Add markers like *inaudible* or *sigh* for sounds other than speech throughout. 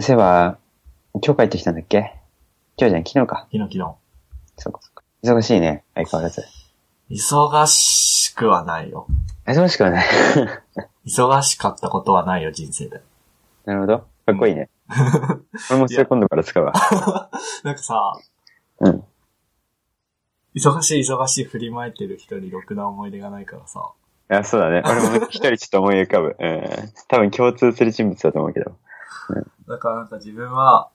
そういえば、今日帰ってきたんだっけ今日じゃん、昨日か。昨日昨日。そうか、そうか。忙しいね、相変わらず。忙しくはないよ。忙しくはない。忙しかったことはないよ、人生で。 *laughs* なるほど。かっこいいね。俺もそれ今度から使うわ。なんかさ、うん。忙しい忙しい振りまいてる人にろくな思い出がないからさ。いや、そうだね。俺も一人ちょっと思い浮かぶ。うん。多分共通する人物だと思うけど。だからなんか自分は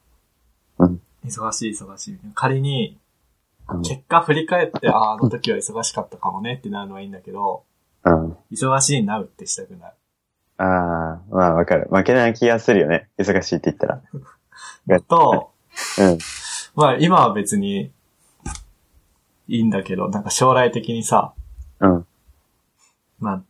うん、忙しい忙しい。仮に、うん結果振り返って、ああ、あの時は忙しかったかもねってなるのはいいんだけど、うん。忙しいなうってしたくない。ああ、まあわかる。負けない気がするよね。忙しいって言ったら。と、うん。まあ今は別に、いいんだけど、なんか将来的にさ、うん。まあ、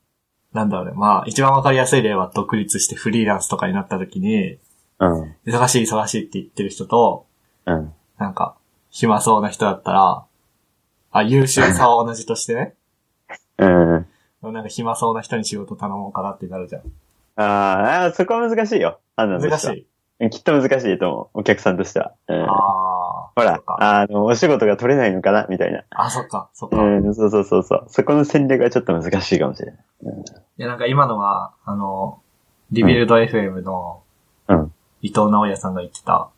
なんだろうね。まあ、一番わかりやすい例は独立してフリーランスとかになった時に、うん。忙しい忙しいって言ってる人と、うん。なんか、暇そうな人だったら、あ、優秀さは同じとしてね。うん。なんか暇そうな人に仕事頼もうかなってなるじゃん。あーあー、そこは難しいよ。判断と難しして。はいうんきっと難しいと思う。お客さんとしては。うん。あほあ。らそっ、か。あの、お仕事が取れないのかなみたいな。あ、そっか、そっか。いうん、そうそうそうそう。そこの戦略はちょっと難しいかもしれない。や、なんか今のは、あの、リビルド FM のうん、伊藤直也さんが言ってた、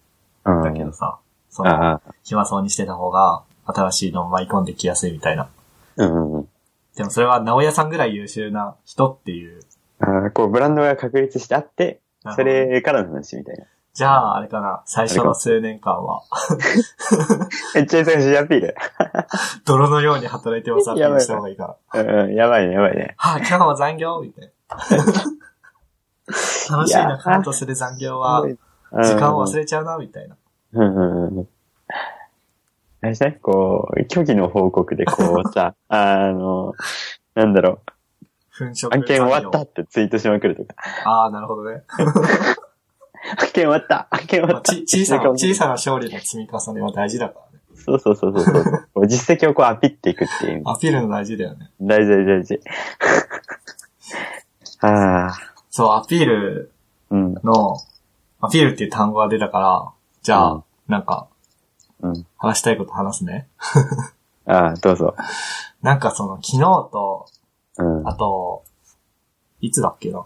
うんんだけどさ、その、ああ、暇そうにしてた方が、新しいのを舞い込んできやすいみたいな。うんうん。でもそれは、直屋さんぐらい優秀な人っていう。ああ、こう、ブランドが確立してあって、なるほそど。れからの話みたいな。じゃあ、あれかな、最初の数年間は、 *laughs* めっちゃ忙しいアピール。泥のように働いてますアピールした方がいいから。うんうん、やばいね、やばいね。はあ、今日も残業みたい *laughs* な。楽しいいやな、ーカットする残業は、時時間を忘れちゃうな、みたいな。うんうんうん。あれじゃないこう、虚偽の報告でこ *laughs* うさ、あの、なんだろ粉う、飾案件終わった残ってツイートしまくるとか、業ああ、なるほど *laughs* ね。案件終わった案件終まわあったち小さな、小ささな勝利の積み重ねは大事だからね。そうそうそうそうそう。こう実績をこうアピっていくっていう意味。アピールの大事だよね。大事大事 *laughs* 大事。ああ、そう、アピールうん、の、アピールっていう単語が出たから、じゃあ、うんなんか、うん。話したいこと話すね。ああ、どうぞ。なんかその、昨日と、うん。あと、いつだっけな。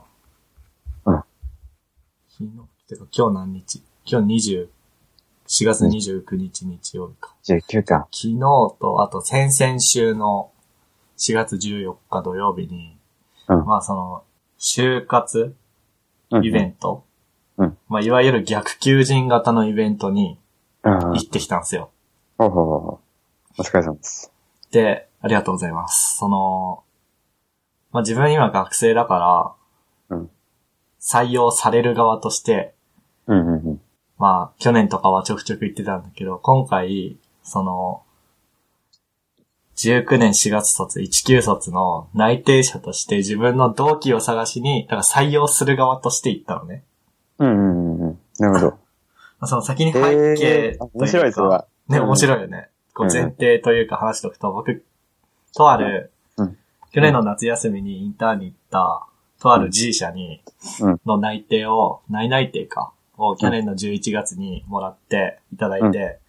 うん昨日、てか今日何日今日20、4月29日日曜日か。 19か。昨日と、あと先々週の4月14日土曜日に、うんまあその、就活イベント、うんうんまあいわゆる逆求人型のイベントにうん。うん。行ってきたんですよ。ほうほうほうほう。お疲れ様です。で、ありがとうございます。その、まあ自分今学生だから、うん採用される側として、うんうんうん。まあ去年とかはちょくちょく行ってたんだけど、今回、その、19年4月卒、19卒の内定者として自分の同期を探しに、だから採用する側として行ったのね。うんうんうんうん。なるほど。まあその先に背景というか、あ面白い、それは。ね、うん面白いよね。こううん前提というか話しておくと、僕、とあるうん、去年の夏休みにインターンに行った、とある G 社にうん、の内定を、内内定か、を去年の11月にもらっていただいて、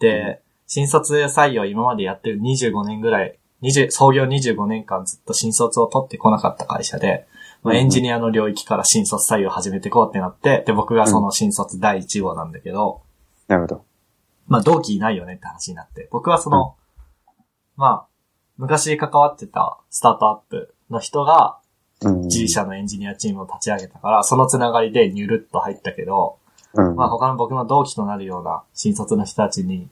で、新卒採用今までやってる25年ぐらい、20創業25年間ずっと新卒を取ってこなかった会社で、まあ、うんエンジニアの領域から新卒採用を始めていこうってなって、で、僕がその新卒第1号なんだけど、なるほど。まあ同期いないよねって話になって、僕はその、まあ、昔関わってたスタートアップの人がうん。 G 社のエンジニアチームを立ち上げたから、そのつながりでニュルっと入ったけど、うん。まあ他の僕の同期となるような新卒の人たちに、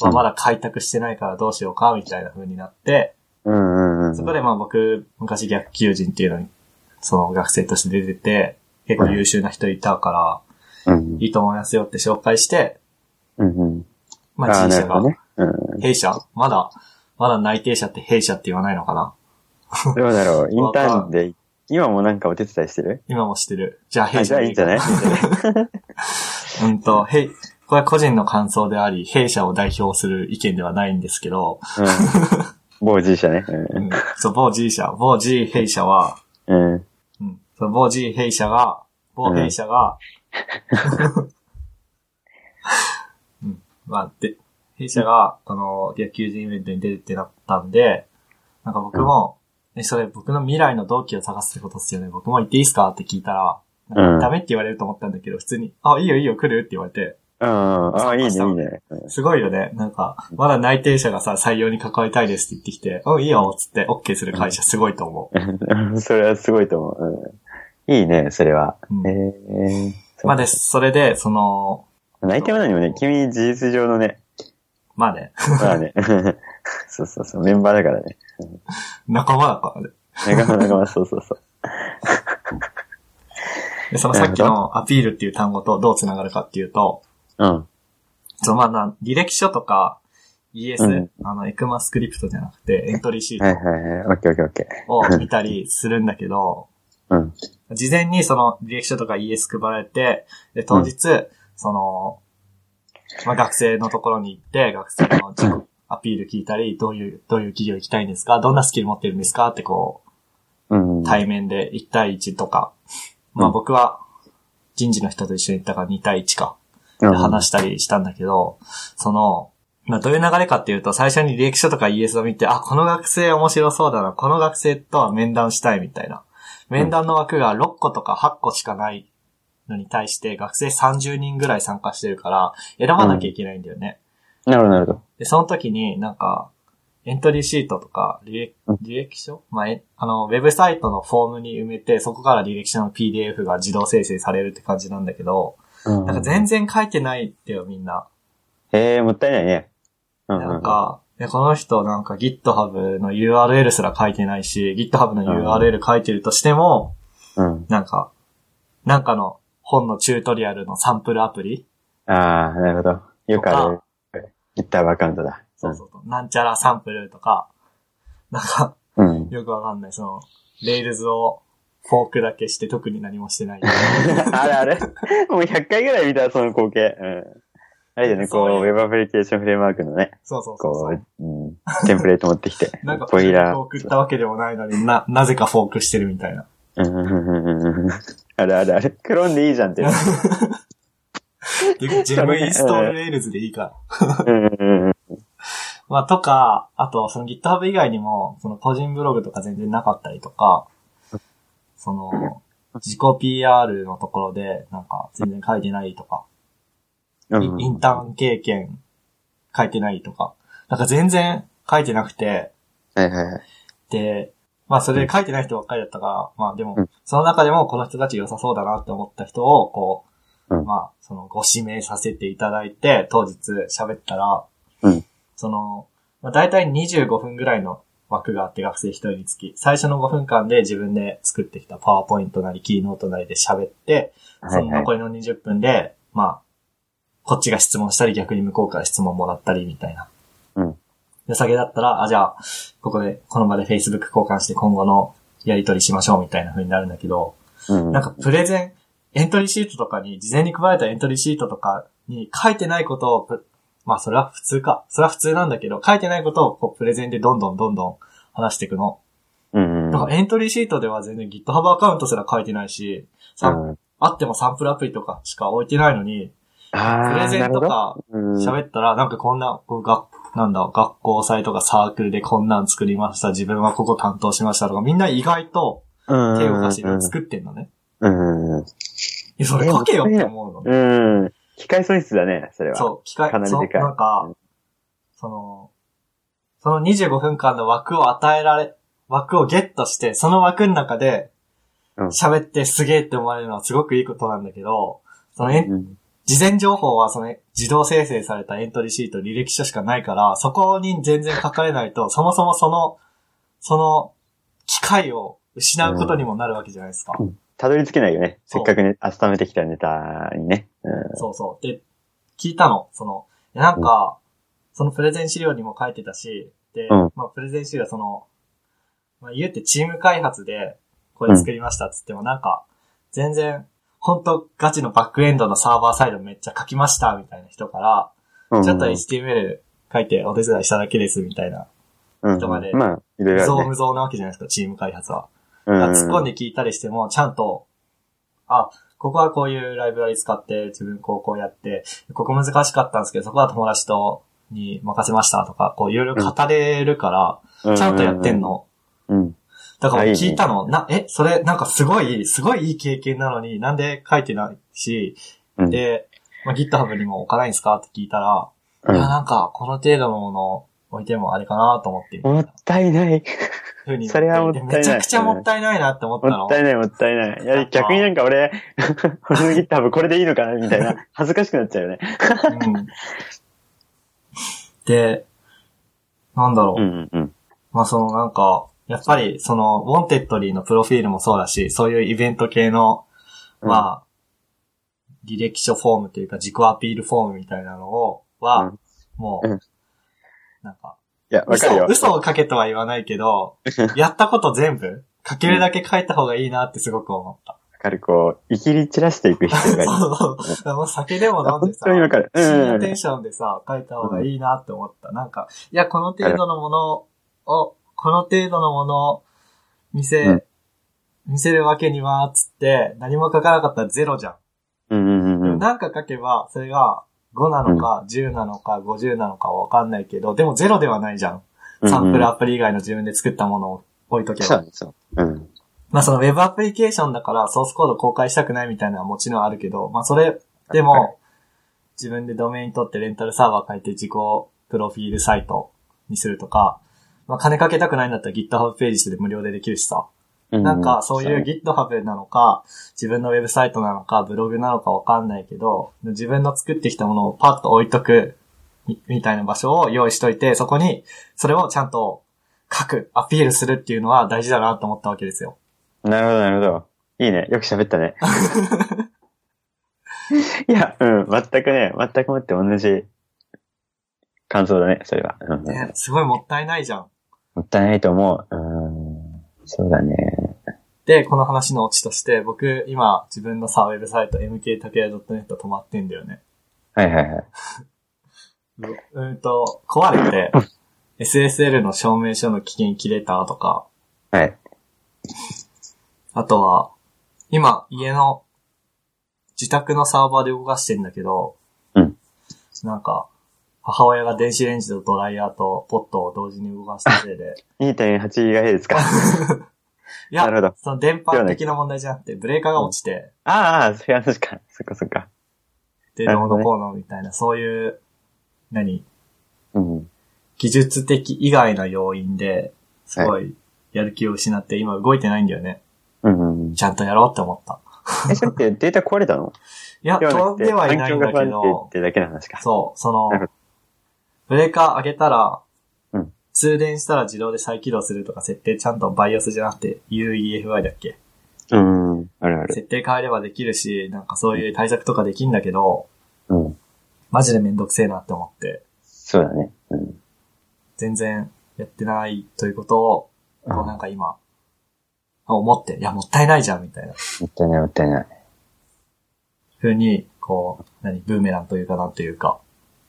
まあうんまだ開拓してないからどうしようかみたいな風になって、うんうんうん。そこでまあ僕、昔逆求人っていうのに、その学生として出てて、結構優秀な人いたから、うん。いいと思いますよって紹介して、うんうん。まあ G 社がね。うん。弊社まだ、まだ内定者って弊社って言わないのかなどうだろう。インターンで、今もなんかお手伝いしてる今もしてる。じゃああ、弊じゃ社あいいんじゃないうんと、弊、これは個人の感想であり、弊社を代表する意見ではないんですけど、うん。某 G 社ね。う、うんそう、某 G 社、某 G 弊社は、ん。うん。うん、そう某 G 弊社が、某弊社が、まあ、で、弊社が、この、野球人イベントに出るってなったんで、なんか僕も、え、それ僕の未来の同期を探すってことっすよね。僕も行っていいっすかって聞いたら、うんダメって言われると思ったんだけど、普通に、あ、いいよいいよ来るって言われて、うん。ああ、いいね、いそういね。うんすごいよね。なんか、まだ内定者がさ、採用に関わりたいですって言ってきて、うん、いいよ、つって、OK する会社すごいと思うんそれはすごいと思う。うん、いいね、それは。う。うん *laughs* えー、まあで、それで、その、泣いてはないよね。君、事実上のね、まあね、まあね、 *laughs* そうそうそう、メンバーだからね。仲間だからね。仲間仲間、そうそうそう。で、そのさっきのアピールっていう単語とどう繋がるかっていうと、うん。そのまあな、履歴書とか、ES、うんあの、エクマスクリプトじゃなくて、エントリーシはいはいートはい。オッケーオッケーオッケを見たりするんだけど、ー。うん。事前にその履歴書とか ES 配られて、で、当日、その、まあ、学生のところに行って、学生の自己アピール聞いたり、どういう、どういう企業行きたいんですかどんなスキル持ってるんですかってこうん。う、対面で1対1とか、まあうん僕は人事の人と一緒に行ったから2対1か、うん、話したりしたんだけど、その、まあどういう流れかっていうと、最初に履歴書とか ES を見て、あ、この学生面白そうだな、この学生とは面談したいみたいな。面談の枠が6個とか8個しかないのに対して、学生30人ぐらい参加してるから、選ばなきゃいけないんだよね。なるほど、なるほど。で、その時になんか、エントリーシートとか、履うん歴履歴書まあ、えあの、ウェブサイトのフォームに埋めて、そこから履歴書の PDF が自動生成されるって感じなんだけど、うん、なんか全然書いてないってよ、みんな。ええー、もったいないね。うんなん、か、いやこの人なんか GitHub の URL すら書いてないし、GitHub の URL 書いてるとしても、うん。なんか、なんかの本のチュートリアルのサンプルアプリああ、なるほど。よくある。GitHub アカウントだ。そうそうそう。なんちゃらサンプルとか、なんか、うん。よくわかんない。その、レールズをフォークだけして特に何もしてない。あれあれもう100回ぐらい見た、その光景。うん。あれだよね、こそうう、いうウェブアプリケーションフレームワークのね、そうそうそうそこう。、う、うん、テンプレート持ってきてなんか、フポイラォーー。クったわけでもないのに、な、なぜかフォークしてるみたいな。うんうんうんうんあれあれあれ、クローンでいいじゃんって。で自分インストールレールズでいいから。うんうんうんまあ、とか、あと、その GitHub 以外にも、その個人ブログとか全然なかったりとか、その、自己 PR のところで、なんか、全然書いてないとか、うイんンインターン経験書いてないとか、なんか全然書いてなくて、はいはいはい。で、まあ、それで書いてない人ばっかりだったから、まあ、でうもん、その中でもこの人たち良さそうだなって思った人を、こう、うんまあ、その、ご指名させていただいて、当日喋ったら、うんその、まあ、大体25分ぐらいの枠があって、学生一人につき、最初の5分間で自分で作ってきたパワーポイントなり、キーノートなりで喋って、はそいのはい。残りの20分で、まあ、こっちが質問したり、逆に向こうから質問もらったり、みたいな。うん。で、下げだったら、あ、じゃあ、ここで、この場で Facebook 交換して今後のやり取りしましょう、みたいな風になるんだけど、うんなんかプレゼン、エントリーシートとかに、事前に配られたエントリーシートとかに書いてないことをぷ、まあそれは普通か。それは普通なんだけど、書いてないことをこうプレゼンでどんどんどんどん話していくの。うんうんだからエントリーシートでは全然 GitHub アカウントすら書いてないし、さうんあってもサンプルアプリとかしか置いてないのに、プレゼンと、あかーなるほど喋ったら、なんかこんな、こうがなんだ、学校祭とかサークルでこんなん作りました、自分はここ担当しましたとか、みんな意外とうん手を動かしていろいろ作ってんのね。うんうんいや、それ書けよって思うの。うん。うん。機械損失だね、それは。そう、機械か、なりそでうかいなんかう、その、その25分間の枠を与えられ、枠をゲットして、その枠の中でうん、喋ってすげえって思われるのはすごくいいことなんだけど、そのエンうん。事前情報はその自動生成されたエントリーシート、履歴書しかないから、そこに全然書かれないと、そもそもその、その、機会を失うことにもなるわけじゃないですか。たどり着けないよね。せそうっかくね、温めてきたネタにね。うんそうそう。で、聞いたの。その、いやなんか、そのプレゼン資料にも書いてたし、で、うんまあプレゼン資料はその、まあ言うてチーム開発でこれ作りましたっつっても、なんか、全然、本当ガチのバックエンドのサーバーサイドめっちゃ書きましたみたいな人から、うん。ちょっと HTML 書いてお手伝いしただけですみたいな、うん人までまあ、いろい無ろ造あるね無造なわけじゃないですか、チーム開発は。うん。突っ込んで聞いたりしても、ちゃんと、あ、ここはこういうライブラリ使って、自分高校やって、ここ難しかったんですけど、そこは友達と、に任せましたとか、こういろいろ語れるから、ちゃんとやってんの。うん。だから聞いたの、な、え、それ、なんかすごい、すごいいい経験なのに、なんで書いてないし、うんで、まあ、GitHub にも置かないんですかって聞いたら、うんいや、なんか、この程度のものを置いてもあれかなと思って、みたいもなったいない。ふうに思ってそれはもったいないめちゃくちゃもったいないなって思ったもの。ったいない、もったいない。いや、逆になんか俺、俺のギター部これでいいのかなみたい *laughs* な。恥ずかしくなっちゃうよね。うんで、なんだろう。ん、うん。まあ、そのなんか、やっぱり、その、ウォンテッドリーのプロフィールもそうだし、そういうイベント系の、まあ、履歴書フォームというか、自己アピールフォームみたいなのを、は、うんもう、うんなんか、いや、わか嘘るをよ。嘘を書けとは言わないけど、 *laughs* やったこと全部、書けるだけ書いた方がいいなってすごく思った。わかる、こう、いきり散らしていく必要 *laughs* がいる。もう酒でも飲んでさ、本当にわかるうん深夜テンションでさ、書いた方がいいなって思った。なんか、いや、この程度のものを、この程度のものを見せ、うん見せるわけには、つって、何も書かなかったらゼロじゃん。うん、うん、うん。なんか書けば、それが5なのか、10なのか、50なのかわかんないけど、でもゼロではないじゃん。サンプルアプリ以外の自分で作ったものを置いとけそば。うそう。うん。まあその Web アプリケーションだからソースコード公開したくないみたいなのはもちろんあるけど、まあそれではいも自分でドメイン取ってレンタルサーバー変えて自己プロフィールサイトにするとか、まあ金かけたくないんだったら GitHub ページで無料でできるしさ。うなんかそういう GitHub なのか、自分のウェブサイトなのか、ブログなのかわかんないけど、自分の作ってきたものをパッと置いとくみみたいな場所を用意しといて、そこにそれをちゃんと書く、アピールするっていうのは大事だなと思ったわけですよ。なるほど、なるほど。いいね。よく喋ったね。いや、うん。全くね、全くもって同じ感想だね、それは。うん、ね、すごいもったいないじゃん。もったいないと思う。うん。そうだね。で、この話のオチとして、僕、今、自分のさ、ウェブサイト、mktakuya.net 止まってんだよね。はいはいはい。うーんと、壊れて、SSL の証明書の期限切れたとか、はい。あとは、今、家の、自宅のサーバーで動かしてんだけど、うんなんか、母親が電子レンジとドライヤーとポットを同時に動かしたせいで、 2.8が平ですか。いなるほや、ど。その電波的な問題じゃなくて、ブレーカーが落ちて、ああ、そういう話か。そっかそっか。で、なるどうほどのねこうのみたいな、そういう、何、うん。技術的以外の要因で、すごい、やる気を失って、今動いてないんだよね。うんうん。ちゃんとやろうって思った。え、それってデータ壊れたのいや、ではな飛くんてではいないんだけ環境が不安定どっ、てだけの話か。そう、そのなるほ、ブレーカー上げたら、うん通電したら自動で再起動するとか設定ちゃんと BIOS じゃなくて UEFI だっけうん。あるある。設定変えればできるし、なんかそういう対策とかできんだけど、うん。マジでめんどくせえなって思って、そうだね。うん。全然やってないということを、こうなんか今、思って、いや、もったいないじゃん、みたいなもったいないもったいない。風に、こう、何、ブーメランというかなんというか、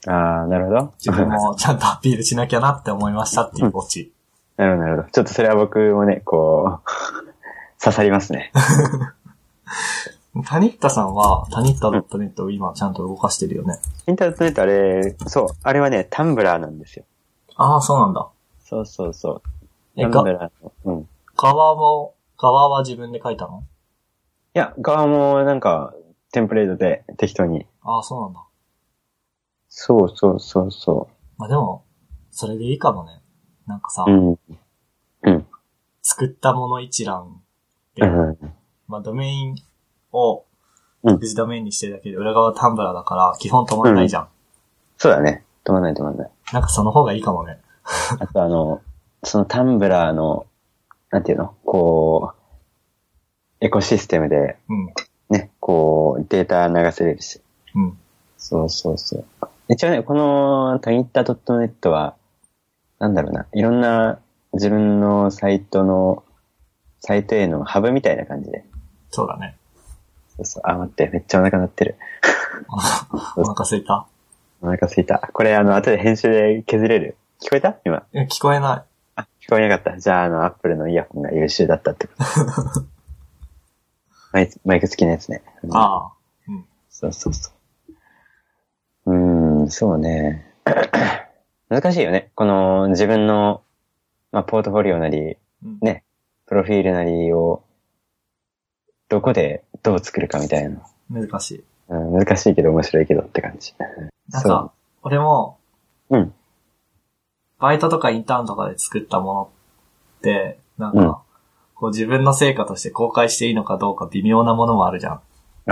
ああ、なるほど。自分もちゃんとアピールしなきゃなって思いましたっていうオチ。なるほど、なるほど。ちょっとそれは僕もね、こう、 *laughs* 刺さりますね。タニッタさんは、タニッタ .net を今ちゃんと動かしてるよね。インターネットあれ、そう、あれはね、タンブラーなんですよ。ああ、そうなんだ。そうそうそう。タえ、ンブが、ラーの。うん。い側も、側は自分で書いたのや、側もなんか、テンプレートで適当に。ああ、そうなんだ。そうそうそうそまあでも、それでいいかもね。なんかさ、う。うん。うん。作ったもの一覧で、うん。まあドメインを、うん無事ドメインにしてるだけで、裏側タンブラーだから、基本止まんないじゃん。そうだね。止まんない止まんない。なんかその方がいいかもね。あとあの、そのタンブラーの、なんていうのこう、エコシステムで、うん。ね、こう、データ流せれるし。うん。そうそうそう。一応ね、このタニッタ .net は、なんだろうな、いろんな自分のサイトの、サイトへのハブみたいな感じで。そうだね。そうそう。あ、待って、めっちゃお腹鳴ってる。お腹空いたお腹すいた。これ、あの、後で編集で削れる。聞こえた今。え、聞こえなあ、聞こえなかった。じゃあ、あの、アップルのイヤホンが優秀だったってこと。い。マイマイク付きのやつね。うんああ。そうそうそう。うーん、そうね。 *clears throat* 難しいよね。この自分の、まあ、ポートフォリオなり、うんねプロフィールなりを、どこでどう作るかみたいな。難しい。うん、難しいけど面白いけどって感じ。なんか、俺も、うん。バイトとかインターンとかで作ったものって、なんか、うんこう自分の成果として公開していいのかどうか微妙なものもあるじゃん。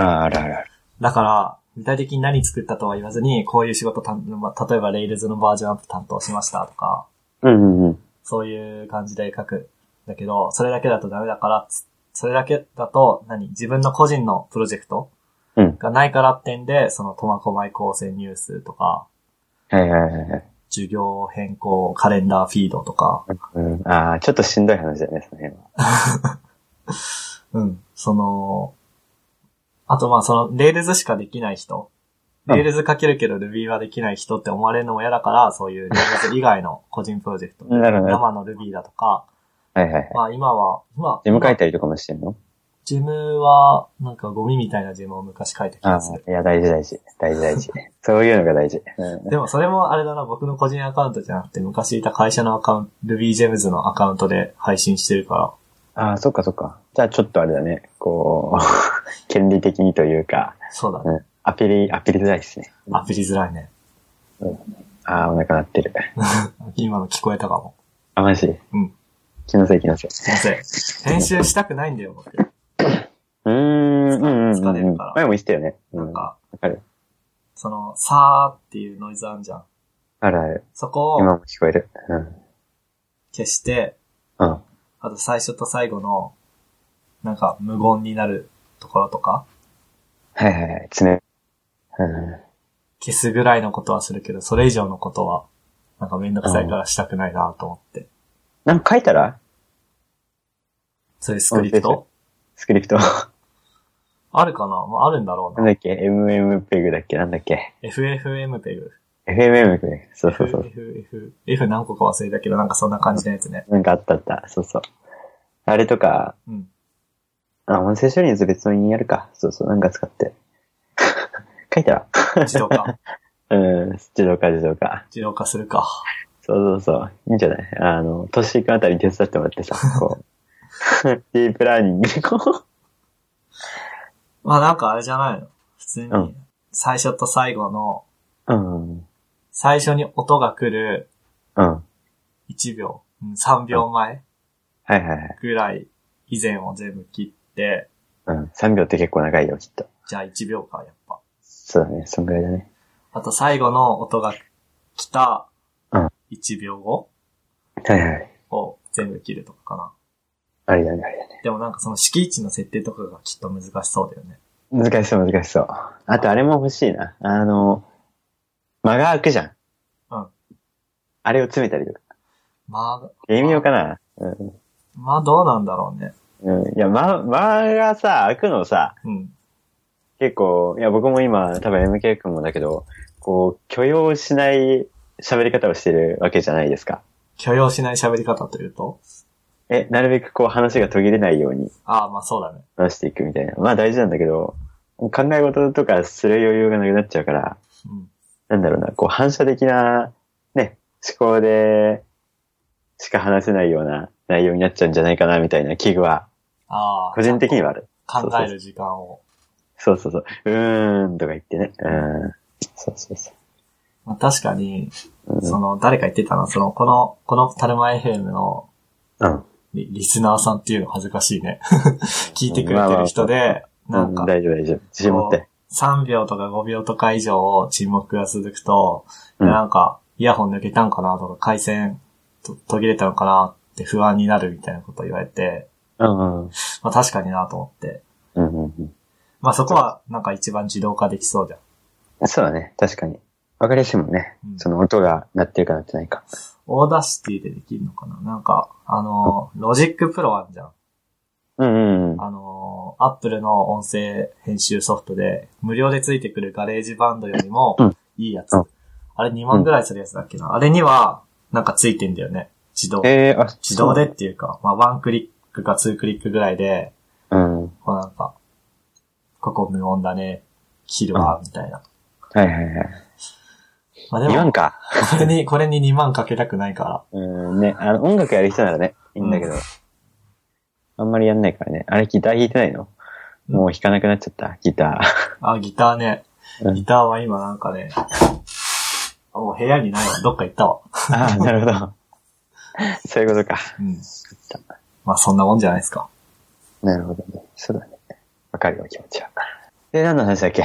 ああ、あるあるある。だから、具体的に何作ったとは言わずに、こういう仕事たん、まあ、例えばレイルズのバージョンアップ担当しましたとか、うんうんうん。そういう感じで書くんだけど、それだけだとダメだから、つそれだけだと何、自分の個人のプロジェクトうん。がないからってんで、その苫小牧高専ニュースとか、はいはいはいはい。授業変更、カレンダーフィードとか、うん、ああ、ちょっとしんどい話だね、その辺は。うん、その、あとまあその、レールズしかできない人、うん、レールズ書けるけど Ruby はできない人って思われるのも嫌だから、そういうレールズ以外の個人プロジェクトなるほど。は生の Ruby だとか、いはいはい。まあ今は、今、ジム書いたりとかもしてんのジムは、なんかゴミみたいなジムを昔書いた気あがあする。、いや、大事大事。大事 *laughs* 大事。そういうのが大事。うんでもそれもあれだな、僕の個人アカウントじゃなくて、昔いた会社のアカウント、RubyGems のアカウントで配信してるから、ああ、そっかそっか。じゃあちょっとあれだね。こう、 *laughs* 権利的にというか、そうだね。うん、アピリ、アピリづらいですね。アピりづらいね。ああ、お腹鳴ってる。今の聞こえたかも。あ、マジうん。気のせい気のせい。すいません。編集したくないんだよ、僕。うーん、うんうんうん。疲れるから前も言ってたよね。うなんん。わか、かる。その、さーっていうノイズあんじゃん。あるある。そこ今をも聞こえる。うん。消して、うん。あと最初と最後の、なんか無言になるところとか、はいはいはい。つね。うん。消すぐらいのことはするけど、それ以上のことは、なんかめんどくさいからしたくないなと思って。なんか書いたらそういうスクリプトスクリプト。 *laughs* あるかなまあ、あるんだろうなんな。だっけ ?MMPEG だっけなんだっけ FFmpeg。 ?FMMPEG。そうそうそう。 FFF。F 何個か忘れたけど、なんかそんな感じのやつね。なんかあったあった。そうそう。あれとか、うん。あ、音声処理のやつ別にやるか。そうそう、なんか使って。 *laughs* 書いたら。自 *laughs* 動化。うん、自動化自動化。自動化するか。そうそうそう。いいんじゃないあの、トシ君あたりに手伝ってもらってさ、こう。 *laughs* ディープラーニング *laughs* でこまあなんかあれじゃないの。普通うにん、最初と最後の、う。うん。最初に音が来るうん。はい1秒、うん3秒前はいはい。ぐらい以前を全部切って、うん。3秒って結構長いよ、きっと。じゃあ1秒か、やっぱ。そうだね、そんぐらいだね。あと最後の音が来たうん1秒後はいはい。を全部切るとかかな。あれだね、あれだね。でもなんかその敷地の設定とかがきっと難しそうだよね。難しそう、難しそう。あと、あれも欲しいな。あの、間が空くじゃん。うん。あれを詰めたりとか。まあ、微妙かな。うん。まあどうなんだろうね。うん。いや、間、間がさ、開くのさ、うん。結構、いや、僕も今、多分 MK 君もだけど、こう、許容しない喋り方をしてるわけじゃないですか。許容しない喋り方というとえ、なるべくこう話が途切れないようにああ、まあそうだね。話していくみたいな。まあ大事なんだけど、考え事とかする余裕がなくなっちゃうから、うん。なんだろうな、こう反射的な、ね、思考で、しか話せないような内容になっちゃうんじゃないかな、みたいな危惧は、ああ。個人的にはある。考える時間を。そうそうそう。うーん、とか言ってね。うーん。そうそうそまあ、確かに、う。うん。その、誰か言ってたな、その、この、このタルマ FM のうんリリスナーさんっていうの恥ずかしいね。 *laughs* 聞いてくれてる人で、なんうかん、大丈夫大丈夫。自信持って。 3秒とか5秒とか以上沈黙が続くと、うんなんか、イヤホン抜けたんかなとか、回線と途切れたのかなって不安になるみたいなこと言われて、うんうん。まあ確かになと思って。うんうんまあそこは、なんか一番自動化できそうじゃん。うん。そうだね。確かに。わかりやすいもんね。うんその音が鳴ってるか鳴ってないか。オーダーシティでできるのかななんか、あの、ロジックプロあるじゃん。うんうんうん。あのー、アップルの音声編集ソフトで、無料でついてくるガレージバンドよりもうん、いいやつ。うんあれ2万ぐらいするやつだっけな。あれには、なんかついてんだよね。自動。えー、あ、自動でっ。ていうか、まあ、ワンクリックかツークリックぐらいで、うん。こうなんか、ここ無音だね、切るわ、みたいな。はいはいはい。まあで2も万、か。これに、これに2万かけたくないから。うん、ね、あの、音楽やる人ならね、いいんだけど、あんまりやんないからね。あれ、ギター弾いてないのもう弾かなくなっちゃった、ギタあ、ギターね。うん *laughs* ギターは今なんかね、あもう部屋にないわ。どっか行ったわ。ー。ああ、なるほど。そういうことか。うん。まあそんなもんじゃないですか。なるほどね。そうだね。わかるよ、気持ちは。で、何の話だっけ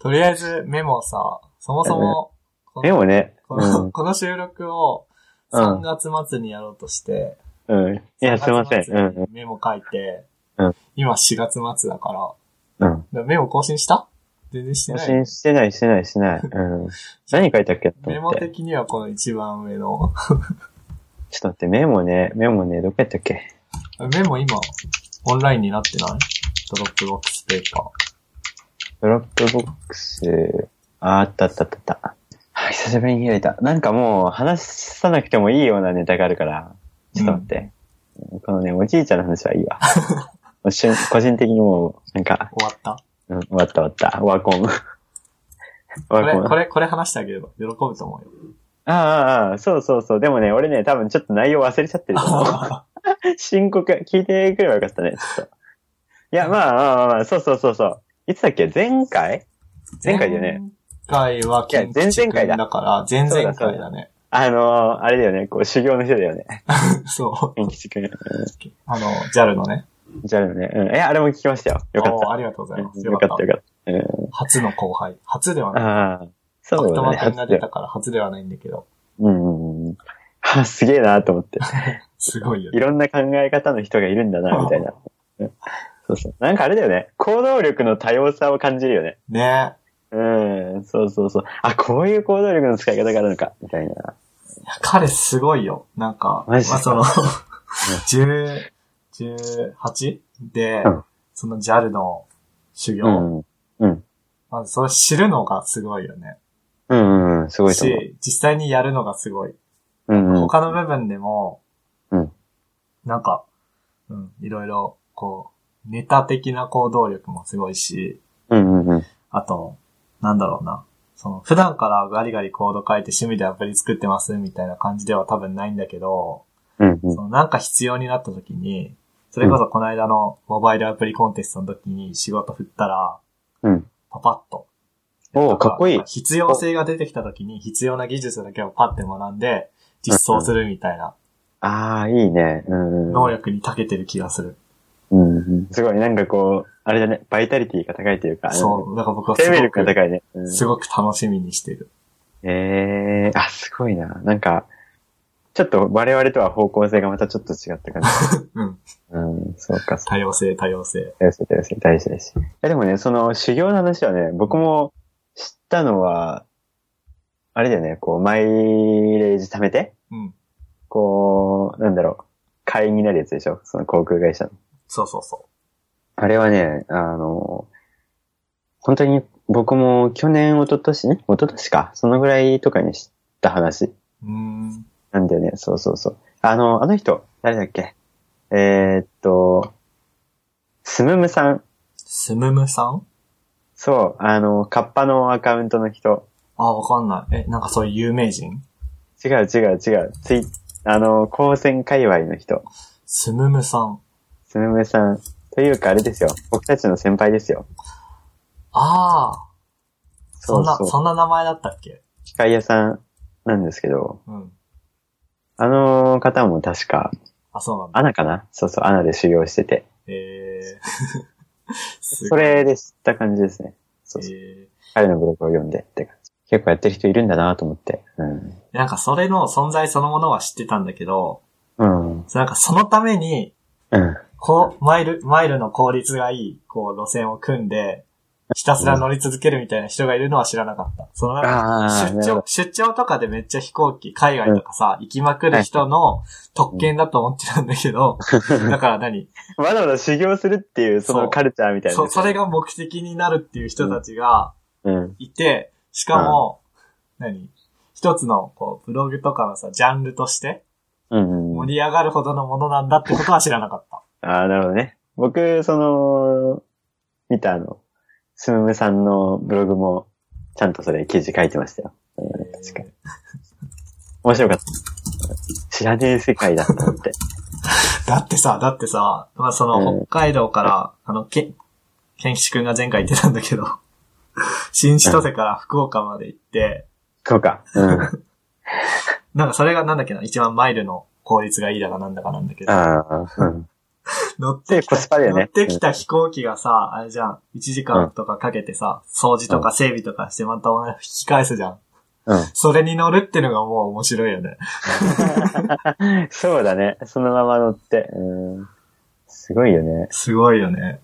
とりあえずメモさ、そもそも、こでのもね、こうのん。この収録をうん3月末にやろうとして、うん。いや、すいません。 3う月ん末にメモ書いて、うん今4月末だから、だかうん。うん。らメモ更新した全然して更ない。新してない、してない、してない。 *laughs* うん。何書いたっけとメ思モって。的にはこの一番上の、 *laughs* ちょっと待って、メモね、メモね、どこやったっけメモ今、オンラインになってないドロップボックスペーパー。ドロップボックス、あ、あったあったあったあった。あ久しぶりに開いた。なんかもう話さなくてもいいようなネタがあるから、ちょっと待って。このね、おじいちゃんの話はいいわ。 *laughs* もう瞬個人的にもう、なんか、終わったうん、終わった終わった。ワコン。こワれ、コこン。れ、これ話してあげれば喜ぶと思うよ。ああ、ああ、そうそうそう。でもね、俺ね、多分ちょっと内容忘れちゃ *laughs* ってると思う。深刻、聞いてくればよかったね、ちょっと。いや、まあまあまあまあ、そうそうそうそう。いつだっけ前回前回だよね。。前回は建いや前々築回だだから、前々回だね。 *laughs* あのー、あれだよね、こう、修行の人だよね。そう。元吉君。あの、JAL のね。じゃあね、うん。え、あれも聞きましたよ。よかっおーた。ありがとうございます。よよかかっ、ったた。よかった。うん初の後輩。初ではない。ああ、そアうクトだマね。君が出初たから初ではないんだけど、うんうん。 *laughs* はあ、すげえなと思って。すごいよいね。ろんな考え方の人がいるんだな、みた *laughs* いな。うんそうそう。なんかあれだよね。行動力の多様さを感じるよね。ねうん、そうそうそう。あ、こういう行動力の使い方があるのか、みたいな。いや彼すごいよ。なんか、まマあジでその、10 *laughs* 18でうん、その JAL の修う行。ん。うん。まずそれ知るのがすごいよね。うん、うん、すごいと思う。し、実際にやるのがすごい。うん、うん。他の部分でも、うんなんか、うん、いろいろ、こう、ネタ的な行動力もすごいし、うん、うん、うん。あと、なんだろうな。その、普段からガリガリコード書いて趣味でアプリ作ってますみたいな感じでは多分ないんだけど、うん、そのなんか必要になった時に、それこそこの間のモバイルアプリコンテストの時に仕事振ったら、うん。パパッと。おーかっこいい必要性が出てきた時に必要な技術だけをパッて学んで、実装するみたいなああ、いいね。うんうん。能力に長けてる気がする。うんうん。すごい、なんかこう、あれだね、バイタリティが高いというか、そう。だから僕はす生命ご力がく、高いね。うんすごく楽しみにしてる。ええあ、すごいな。なんか、ちょっと我々とは方向性がまたちょっと違った *laughs* 感じ。うん。うん、そうか、そう多様性、多様性。大事大事大事です。え、でもね、その修行の話はね、僕も知ったのは、あれだよね、こう、マイレージ貯めて、うん。こう、なんだろう、会員になるやつでしょその航空会社の。そうそうそあれはね、あの、本当に僕も去年、一昨年ね、一昨年か、そのぐらいとかに知った話う。うーん。なんだよね。そうそうそう。あの、あの人、誰だっけえーっと、スムムさん。スムムさんそう、あの、カッパのアカウントの人。あ、わかんない。え、なんかそういう有名人違う違う違う。つい、あの、高専界隈の人。スムムさん。スムムさん。というか、あれですよ。僕たちの先輩ですよ。ああ。そんな、そうそうそんな名前だったっけ機械屋さんなんですけど、うん。あの方も確か、あ、そうなんだ。アナかなそうそう、アナで修行してて。えー。すそごい、れで知った感じですね。そうそうえ彼のブログを読んでって感じ。結構やってる人いるんだなと思って。うん。ー。なんかそれの存在そのものは知ってたんだけど、うん。なんかそのために、うん。こう、マイル、マイルの効率がいい、こう、路線を組んで、ひたすら乗り続けるみたいな人がいるのは知らなかった。そのなんか、ああ、出なるほ張ど、。出張とかでめっちゃ飛行機、海外とかさ、行きまくる人の特権だと思ってたんだけど、 *laughs* だか *laughs* ら何わざわざ修行するっていう、そそのうカルチャーみたいな。そ、それ。が目的になるっていう人たちがうん。いて、しかも、何一つの、こう、ブログとかのさ、ジャンルとして、うんうん。盛り上がるほどのものなんだってことは知らなかった。ああ、なるほどね。僕、その、見たあの、すむむさんのブログも、ちゃんとそれ記事書いてましたよ。確かに。面白かった。知らねえ世界だと思って。だってさ、だってさ、まあ、そのう、ん北海道から、あの、け、ケンキシ君が前回言ってたんだ *laughs* けど、新千歳から福岡まで行って、 *laughs* そうか。うん。あなんかそれがなんだっけな、一番マイルの効率がいいだかなんだかなんだけ *laughs* ど、あ、うん。乗ってきでコた、スパだよね乗ってきた飛行機がさ、あれじゃん、1時間とかかけてさ、掃除とか整備とかしてまたお前引き返すじゃん。うん。それに乗るってのがもう面白いよね。そうだね。そのまま乗って。うん。すごいよね。すごいよね。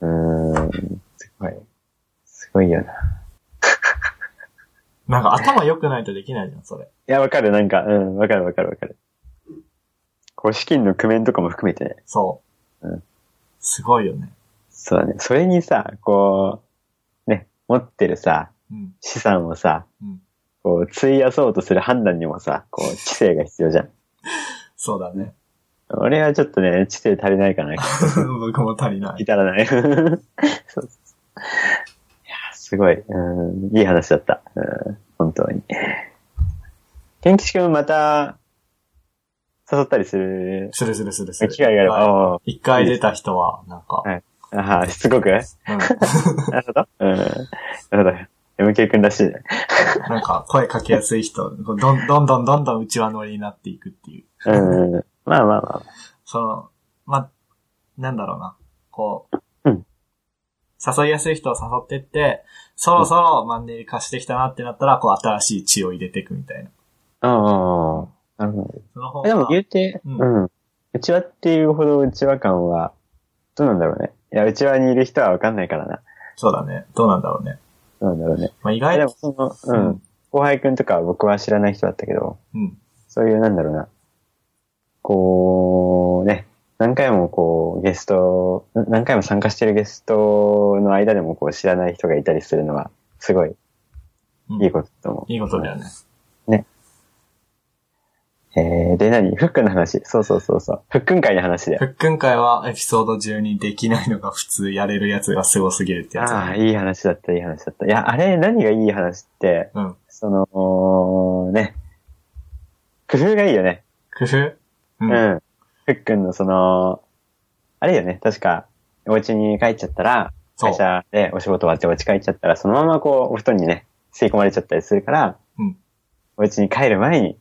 うん。すごい。すごいよな。いなんか頭良くないとできないじゃん、それ。や、わかる。なんか、うん。わかるわかるわかる。こう、資金の工面とかも含めてね。そう。うんすごいよね。そうだね。それにさ、こう、ね、持ってるさ、うん。資産をさ、うん。こう、費やそうとする判断にもさ、こ *laughs* う、知性が必要じゃん。そう *laughs* だね。俺はちょっとね、知性足りないかな。僕も足りない。至らない。 *laughs* そうそういや、すごい、うん、いい話だった。うん、本当に。ケンキシ君また、誘ったりするするするするする。機会があれば、はおい一回出た人は、なんか、はいーああ、しつこくなるうほど。うん。なるほど。MK 君らしいね。ん。なんか、声かけやすい人、どんどんどんどんどんどん内輪乗りになっていくっていう。うん。まあまあまあ。その、ま、なんだろうな。こう、うん誘いやすい人を誘ってって、そろそろマンネリ化してきたなってなったら、こう、新しい血を入れていくみたいな。ああ、なるほど。その方でもが、言うて、ううんん。うちわっていうほどうちわ感は、どうなんだろうね。いや、うちわにいる人はわかんないからな。そうだね。どうなんだろうね。どうなんだろうね。まあ、意で外もと、その、うん。後輩くんとかは僕は知らない人だったけど、うん。そういう、なんだろうな。こう、ね、何回もこう、ゲスト、な何回も参加してるゲストの間でもこう、知らない人がいたりするのは、すごいうんいいことと思う。いいことだよね。えー、で、何 *laughs* ふっくんの話。そうそうそうそう。ふっくん会の話だよふ。っくん会はエピソード中にできないのが普通やれるやつがすごすぎるってやつ。ああ、いい話だった、いい話だった。いや、あれ、何がいい話って、うん。その、ね、工夫がいいよね。工夫う。うんん。ふっくんのその、あれよね、確か、お家に帰っちゃったら、そう会社でお仕事終わってお家帰っちゃったら、そのままこう、お布団にね、吸い込まれちゃったりするから、うんお家に帰る前に、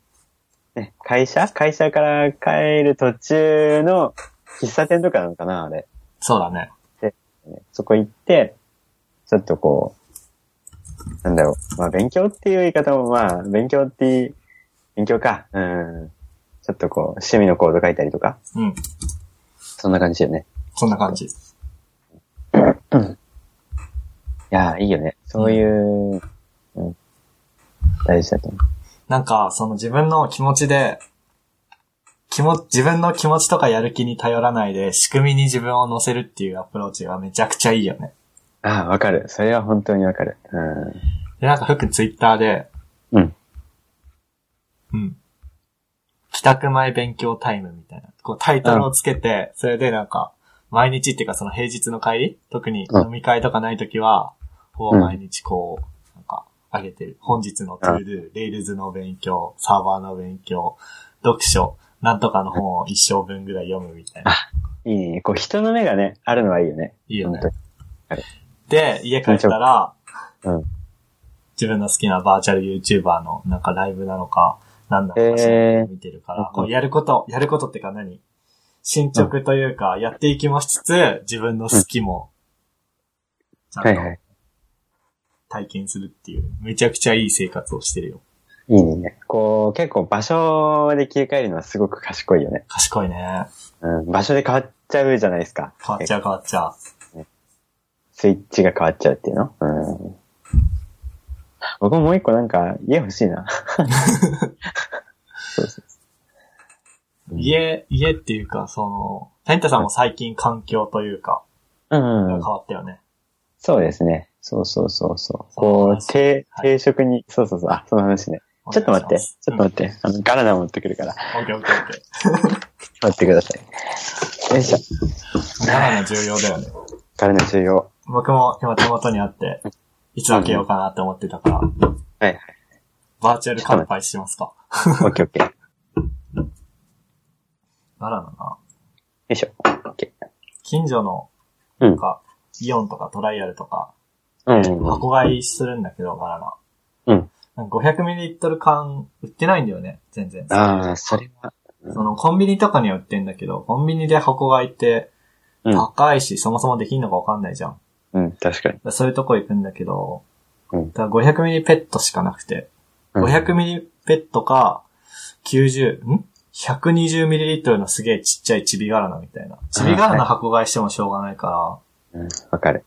ね、会社会社から帰る途中の喫茶店とかなのかな、あれ。そうだね。そこ行って、ちょっとこう、なんだろう。まあ、勉強っていう言い方も、まあ、勉強っていう、勉強か。うん。ちょっとこう、趣味のコード書いたりとか、うん。そんな感じだよね。そんな感じ。いやー、いいよね。そういう、うん。大事だと思なんか、その自分の気持ちで、気持自分の気持ちとかやる気に頼らないで、仕組みに自分を乗せるっていうアプローチがめちゃくちゃいいよね。う。ああ、わかる。それは本当にわかる。うん。で、なんか、ふっくんツイッターで、うん。うん。帰宅前勉強タイムみたいな。こうタイトルをつけて、それでなんか、毎日っていうかその平日の帰り特にうん飲み会とかない時は、こううん毎日こう、なんか、上げてる。本日のトゥードゥ、レイルズの勉強、サーバーの勉強、読書、なんとかの本を一生分ぐらい読むみたいな。いいね。こう、人の目がね、あるのはいいよね。いいよね本で、家帰ったら、うん自分の好きなバーチャル YouTuber のなんかライブなのか、なんなのかしへらー見てるから、うんこうやること、やることってか何進捗というか、やっていきもしつつ、自分の好きも、ちゃん当に。とはいはい。体験するっていう、めちゃくちゃいい生活をしてるよ。いいね。こう、結構場所で切り替えるのはすごく賢いよね。賢いね。うん。場所で変わっちゃうじゃないですか。変わっちゃう変わっちゃう。スイッチが変わっちゃうっていうのうん。僕ももう一個なんか家欲しいな。 *laughs* そうそううん家、家っていうか、その、タニタさんも最近環境というか、そう。変うん。わったよね。そうですね。そうそうそうそう。こう、定、定食に、そうそうそう。あ、その話ね。ちょっと待って。ちょっと待て。って。あの、ガラナ持ってくるから。うんオッケーオッケーオッケー。待ってください。よいしょ。ガラナ重要だよね。ガラナ重要。僕も今手元にあって、いつ開けようかなって思ってたから、はいはい。バーチャル乾杯しますか。オッケーオッケー。よならだな。いしょ。オッケー。近所の、うんなんか、イオンとかトライアルとか、うんうんうん。箱買いするんだけど、バナうナ。ん。なんか 500ml 缶売ってないんだよね、全然。ああ、それは、そのコンビニとかには売ってんだけど、コンビニで箱買いってうん高いし、そもそもできんのかわかんないじゃん。だかうん、確かに。らそういうとこ行くんだけど、うんだから500ミリペットしかなくて、うん500ミリペットか、90、ん ?120 ミリリットルのすげえちっちゃいチビガラナみたいな。チビガラナ箱買いしてもしょうがないから、うん、わかる。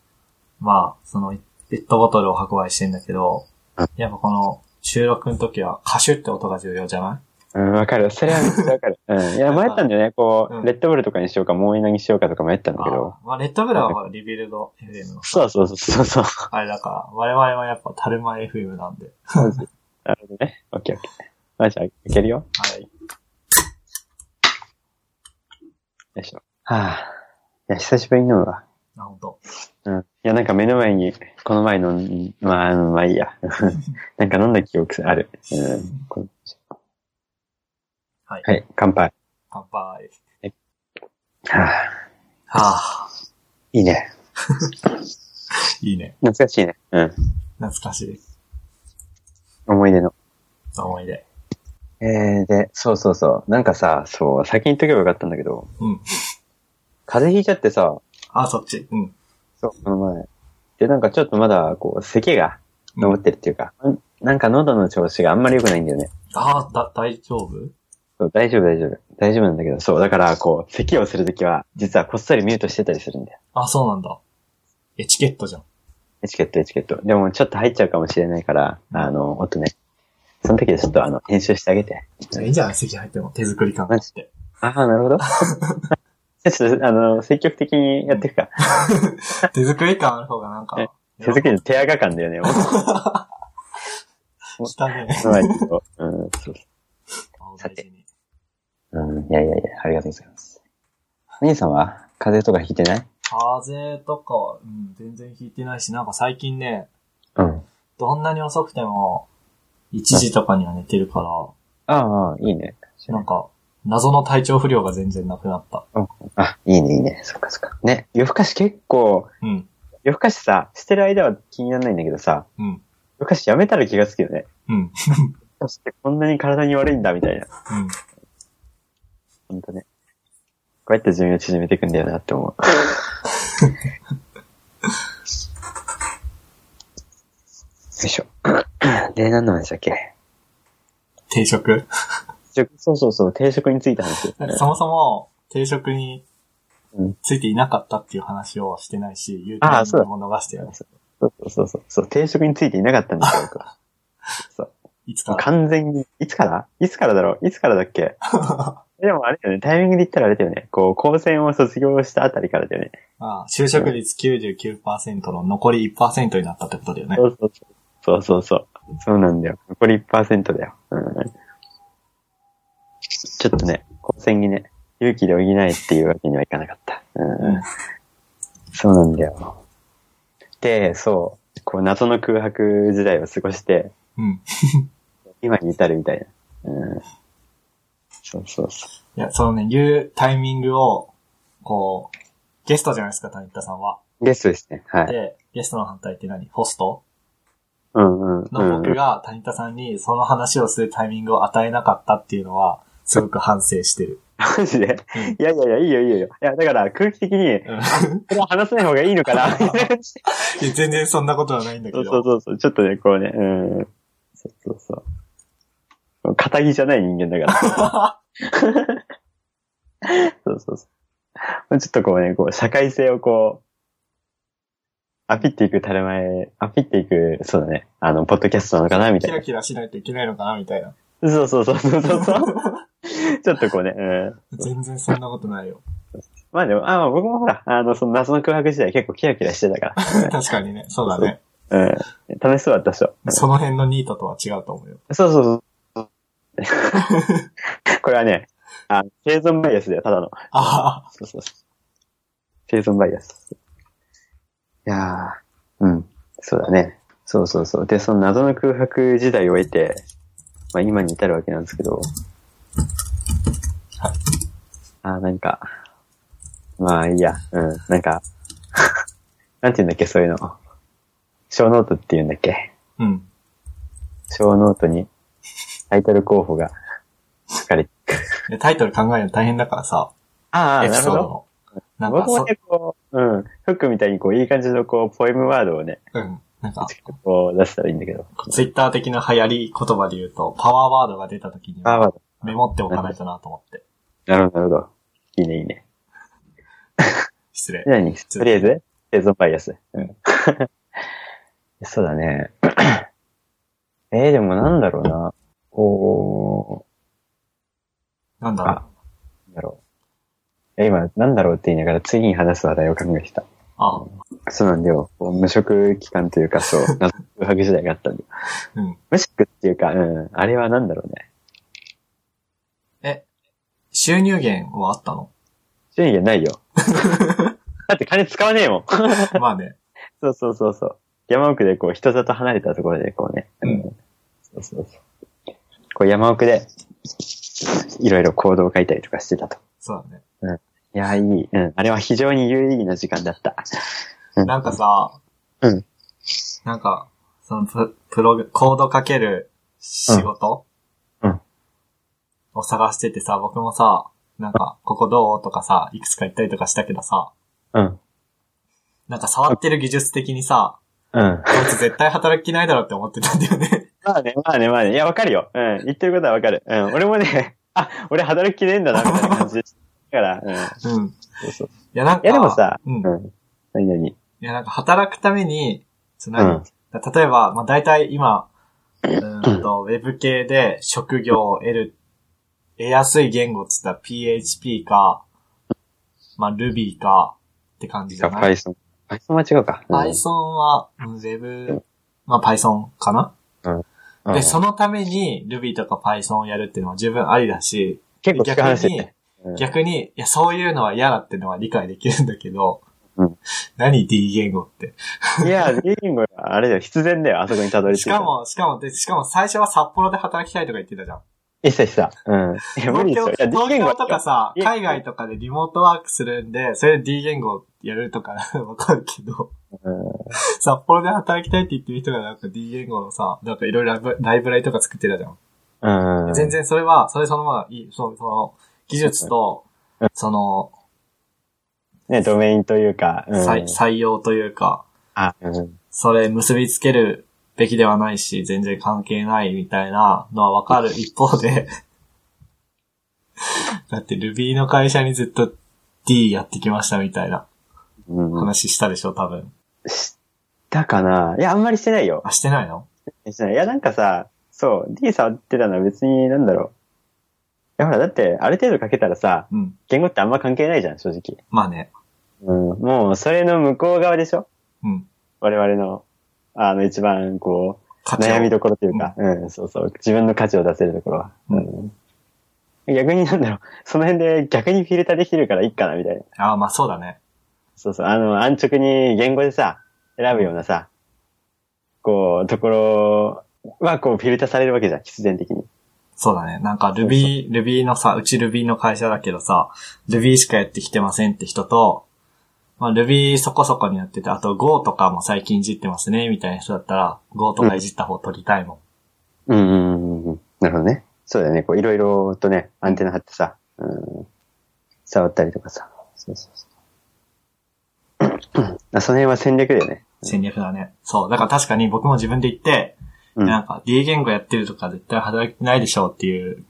まあ、その、ペットボトルを箱買いしてんだけどうん、やっぱこの、収録の時は、カシュって音が重要じゃないうん、わかる。それはめっちゃわ *laughs* かる。うん。いや、迷ったんだよね。こうんう、レッドブルとかにしようか、モーイナにしようかとか迷ったんだけどあ。ーまあ、レッドブルはほらリビルド FM のそうそうそうそう。そあれだから、我々はやっぱタルマ FM なんで。うなるほどね。オッケーオッケー。まあ、じゃあ、いけるよ。はい。よいしょ。はあ。いや、久しぶりに飲むわ。な、ほんと。うん。いや、なんか目の前に、この前の、うんまあ、あのまあいいや。 *laughs* なんか飲んだ記憶ある。うん。このはい。はい、乾杯。乾杯。はあ。はあ、いいね。いいね。懐かしいね。うん。懐かしい思い出の。思い出。えー、で、そうそうそう。なんかさ、そう、先に言っとけばよかったんだけど、うん。風邪ひいちゃってさ、あ、そっち。うん。そう、この前。で、なんかちょっとまだ、こう、咳がう残っん、てるっていうか、うんなんか喉の調子があんまり良くないんだよね。あーだ、大丈夫そう大丈夫、大丈夫。大丈夫なんだけど、そう、だから、こう、咳をするときは、実はこっそりミュートしてたりするんだよ。あ、そうなんだ。エチケットじゃん。エチケット、エチケット。でも、ちょっと入っちゃうかもしれないから、あの、音ね。その時はちょっと、あの、編集してあげて。いいんじゃない席入っても。手作り感があって。ああ、なるほど。 *laughs* ちょっと、あの、積極的にやっていくか。手作り感ある方がなんかえ、手作りの手垢感だよね。もうりした *laughs* ね。その前にこううん、そうあさて大事にうん、いやいやいや、ありがとうございます。お兄さんは風邪とかひいてない風邪とかは、うん、全然引いてないし、なんか最近ね、うん。どんなに遅くても、1時とかには寝てるかああ、いいね。ら、なんか、謎の体調不良が全然なくなった。あ、いいね、いいね。そっかそっか。ね、夜更かし結構、うん、夜更かしさ、してる間は気にならないんだけどさ、うん、夜更かしやめたら気がつくよね。うん、うん。そしてこんなに体に悪いんだ、みたいな。ほんとね。こうやって寿命縮めていくんだよなって *laughs* 思う。よいしょ。 *clears throat* で、何の話だっけ定食食そうそうそう、定食について話。なんかそもそも、定食にうんついていなかったっていう話をしてないし、言うあタあイそうだミングも逃してる。 *laughs* そうそうそうそう、定食についていなかったんですよ、僕 *laughs* はそう。いつもかうら。完全に、いつからいつからだろういつからだっ *laughs* けでもあれだよね、タイミングで言ったらあれだよね、こう、高専を卒業したあたりからだよね。ああ就職率99%の残り1%になったってことだよね。そうそうそう。そうそうそう。そうなんだよ。残り1%だよ。うん。ちょっとね、高専にね、勇気で補えっていうわけにはいかなかった。うん。うんそうなんだよ。で、そう、こう、謎の空白時代を過ごして、うん。今に至るみたいな。うん。そうそうそいや、そのね、言うタイミングを、こう、ゲストじゃないですか、谷田さんは。う。ゲストですね。はい。で、ゲストの反対って何ホストうんうん。のうんう僕んが谷田さんにその話をするタイミングを与えなかったっていうのは、すごく反省してる。マジでうんいやいやいや、いいよいいよいいよ。いや、だから空気的に、うん *laughs* いこれは話さない方がいいのかな *laughs* そうや全然そんなことはないんだけど。そうそうそう。ちょっとね、こうね、うん。そうそうそう。片木じゃない人間だ *laughs* から。そうそうそう。ちょっとこうね、こう、社会性をこう、アピっていく垂れ前、アピっていく、そうだね、あの、ポッドキャストなのかなみたキいなラ。キラしないといけないのかなみたいな。そうそうそうそう *laughs* そうそう。ちょっとこうね、うん。全然そんなことない *laughs* よ。まあでも、あ僕もほら、あの、その謎の空白時代結構キラキラしてたか確かにね。そうだね。ら。うん。楽しそうだったでしょ。その辺のニートとは違うと思うよ。そうそうそう。 *laughs* これはね、あ生存バイアスだよ、ただの。ああ、そうそうそう。生存バイアス。やー、うん。そうだね。そうそうそう。で、その謎の空白時代を得て、まあ今に至るわけなんですけど。はいあー、なんか、まあいいや、うん。なんか、 *laughs* なんて言うんだっけ、そういうの。小ノートって言うんだっけ。うん。小ノートにタイトル候補が書かれて。で、タイトル考えるの大変だからさ、ああ、エピなるソほードど。の。なんか僕もそ、ね、こう、うん、フックみたいにこう、いい感じのこう、ポエムワードをね、うん。なんか、こう出したらいいんだけど。ツイッター的な流行り言葉で言うと、パワーワードが出た時にああ、メモっておかないとなと思って。なるほど、なるほど。いいね、いいね。失礼。何とりあえず、生存バイアス。うん。 *laughs* そうだね。 *coughs* えー、でもなんだろうな。こなんだろう、なんだろう。え、今、なんだろうって言いながら、次に話す話題を考えてた。う。ああ、そうなんだよ。こう無職期間というか、 *laughs* そう、謎の空白時代があったんだよ。うん。無職っていうか、うん、あれはなんだろうね。収入源はあったの *laughs* 収入源ない *laughs* よ。だって金使わねえも *laughs* ん。まあね。そうそうそうそう。山奥でこう人里離れたところでこうね。うんそうそうそうこう山奥で、いろいろ行動を書いたりとかしてたと。そうだね。いやー、いい。うん。あれは非常に有意義な時間だった。なんかさ、うん。なんか、そのププログ、コードかける仕事、うんうんを探しててさ、僕もさ、なんか、ここどうとかさ、いくつか言ったりとかしたけどさ、うん。なんか触ってる技術的にさ、うん。こいつ絶対働きないだろって思ってたんだ *laughs* よね。まあね、まあね、まあね。いや、わかるよ。うん。言ってることはわかる。うん。俺もね、 *laughs* あ、俺働ききれんだな、みたいな感じ *laughs* でしたから。うん。うん。いそうそう。や、なんか、いや、でもさ、ううんん。。何々。いや、なんか働くために、そのうん例えば、まあ、大体今、うーんと、ウェブ系で職業を得る、得やすい言語っつったら PHP か、まあ、Ruby かって感じじゃない Python。Python は違うか。うん ?Python は、うんウェブ、まあ、Python かな、うんで、そのために Ruby とか Python をやるっていうのは十分ありだし、結構聞く話逆だにね。うん逆に、いや、そういうのは嫌だっていうのは理解できるんだけど、うん何 D 言語って。いや、ビーンゴあれだよ、必然だよ、あそこにたどり着い。したか、も、しかも、で、しかも最初は札幌で働きたいとか言ってたじゃん。一切さ、うん。いや、無理東ですよ。いや、京東ビーンゴ京とかさ、いや海外とかでリモートワークするんで、それで D 言語やるとか *laughs* わかるけど、うん札幌で働きたいって言ってる人がなんか D 言語のさ、なんかいろいろライブライブラリとか作ってたじゃん。うん。全。然それは、それそのままいい、その、その、技術と、その、ね、ドメインというか、うん。採採用というか、あ、うん。それ結びつけるべきではないし、全然関係ないみたいなのはわ *laughs* かる一方で、 *laughs* だって Ruby の会社にずっと D やってきましたみたいなうん。話したでしょ、多分。したかないや、あんまりしてないよ。あ、してないのしてない。いや、なんかさ、そう、D 触ってたのは別に、なんだろう。いや、ほら、だって、ある程度かけたらさ、うん。言語ってあんま関係ないじゃん、正直。まあね。うん。もう、それの向こう側でしょうん。我々の、あの、一番、こう、価値を悩みどころというか、うん、そうそう、自分の価値を出せるところは。ううんん。逆になんだろう、その辺で逆にフィルターできてるからいいかな、みたいな。あまあそうだね。そうそう、あの、安直に言語でさ、選ぶようなさ、こう、ところは、こう、フィルターされるわけじゃん、必然的に。そうだね。なんか Ruby、Ruby のさ、うち Ruby の会社だけどさ、Ruby しかやってきてませんって人と、まあ Ruby そこそこにやってて、あと Go とかも最近いじってますね、みたいな人だったら、Go とかいじった方取りたいもん。うんうんうんうん、なるほどね。そうだよね、こう、いろいろとね、アンテナ張ってさ、うん、触ったりとかさ、そうそうそう。 *clears throat* あその辺は戦略だよね。戦略だね。そう。だから確かに僕も自分で言って、うんなんか D 言語やってるとか絶対働いてないでしょうっ *laughs* ていう、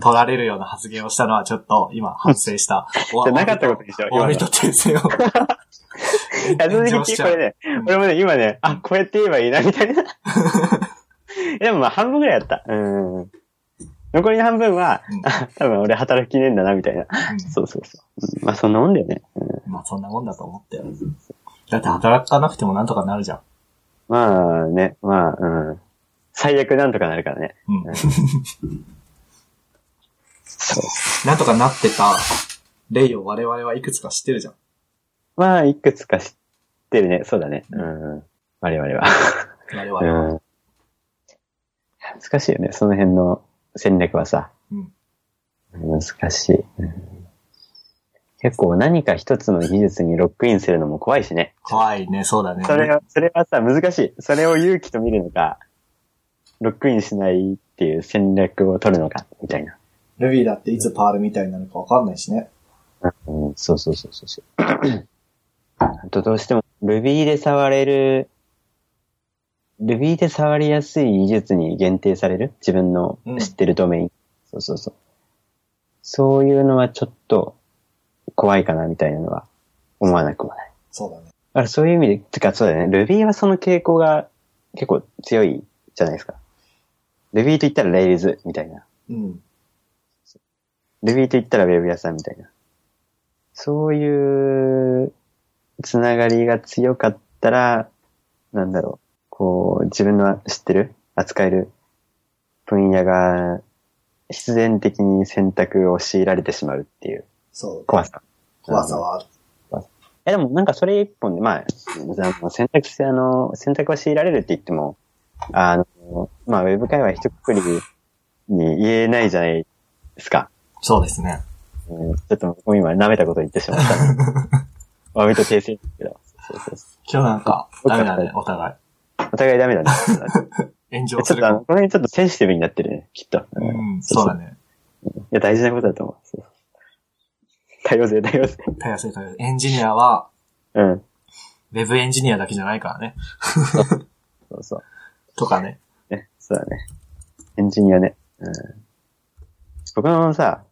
取られるような発言をしたのはちょっと今反省した。 *laughs* じゃなかったことにしようお詫びと *laughs* 訂正いを。や、正直これね、俺もね、今ね、あ、こうやって言えばいいな、みたいな。 *laughs* でもまあ、半分ぐらいやった。うん。残りの半分は、うんあ多分俺働きねえんだな、みたいな。うそうそうそう。うんまあ、そんなもんだよね。うんんまあそんなもんだと思って。だって働かなくてもなんとかなるじゃん。まあね、まあ、うん。最悪なんとかなるからね。うん。そう。なんとかなってた例を我々はいくつか知ってるじゃん。まあ、いくつかし、ってるね。そうだね。うん。我々は。我う々は。ん。難しいよね。その辺の戦略はさ。うん難しい。うん結構何か一つの技術にロックインするのも怖いしね。怖いね、そうだね。それは、それはさ、難しい。それを勇気と見るのか、ロックインしないっていう戦略を取るのか、みたいな。ルビーだっていつパールみたいになるかわかんないしね。うん、そうそうそうそうそう。あとどうしても Ruby で触れる、Ruby で触りやすい技術に限定される自分のうん知ってるドメイン。そうそうそう。そういうのはちょっと怖いかなみたいなのは思わなくもない。そうだね。だからそういう意味で、てかそうだよね。Ruby はその傾向が結構強いじゃないですか。Ruby と言ったら Rails みたいな。うん。 Ruby と言ったら Web 屋さんみたいな。そういうつながりが強かったら、なんだろう。こう、自分の知ってる、扱える分野が必然的に選択を強いられてしまうっていうそう。怖さ。怖さはある。いやでもなんかそれ一本で、まあ、あの選択肢、あの、選択を強いられるって言っても、あの、まあ、ウェブ界隈一括りに言えないじゃないですか。そうですね。うん、ちょっともう今舐めたこと言ってしま *laughs* った。わびと訂正ですけど。そうそうそ今日なんか、ダメだね、お互い。うお互いダ *laughs* メだね。炎上ちょすっるとあかの、も。この辺ちょっとセンシティブになってるね、きっと。うういんん、そうだね。や、大事なことだと思う。そう多様性、多様性。たやせたやせ。エンジニアは、うん。ウェブエンジニアだけじゃないからね。そうそう。とかね。ね、そうだね。エンジニアね。うん。僕のさ、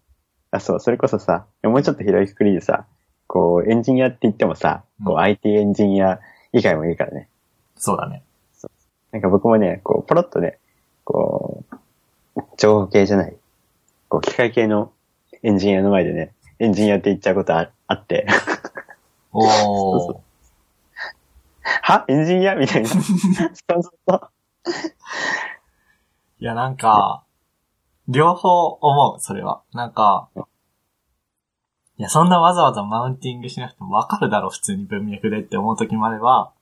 あ、そう、それこそさ、もうちょっと広いくくりでさ、こう、エンジニアって言ってもさ、こうう、ん IT エンジニア以外もいいからね。そうだね。なんか僕もね、こう、ポロッとね、こう、情報系じゃない、こう、機械系のエンジニアの前でね、エンジニアって言っちゃうことああって、 *laughs* おー。はエンジニアみたいな。そうそうそう。いや、なんか、両方思う、それは。なんか、いや、そんなわざわざマウンティングしなくてもわかるだろ、普通に文脈でって思う時もあれば、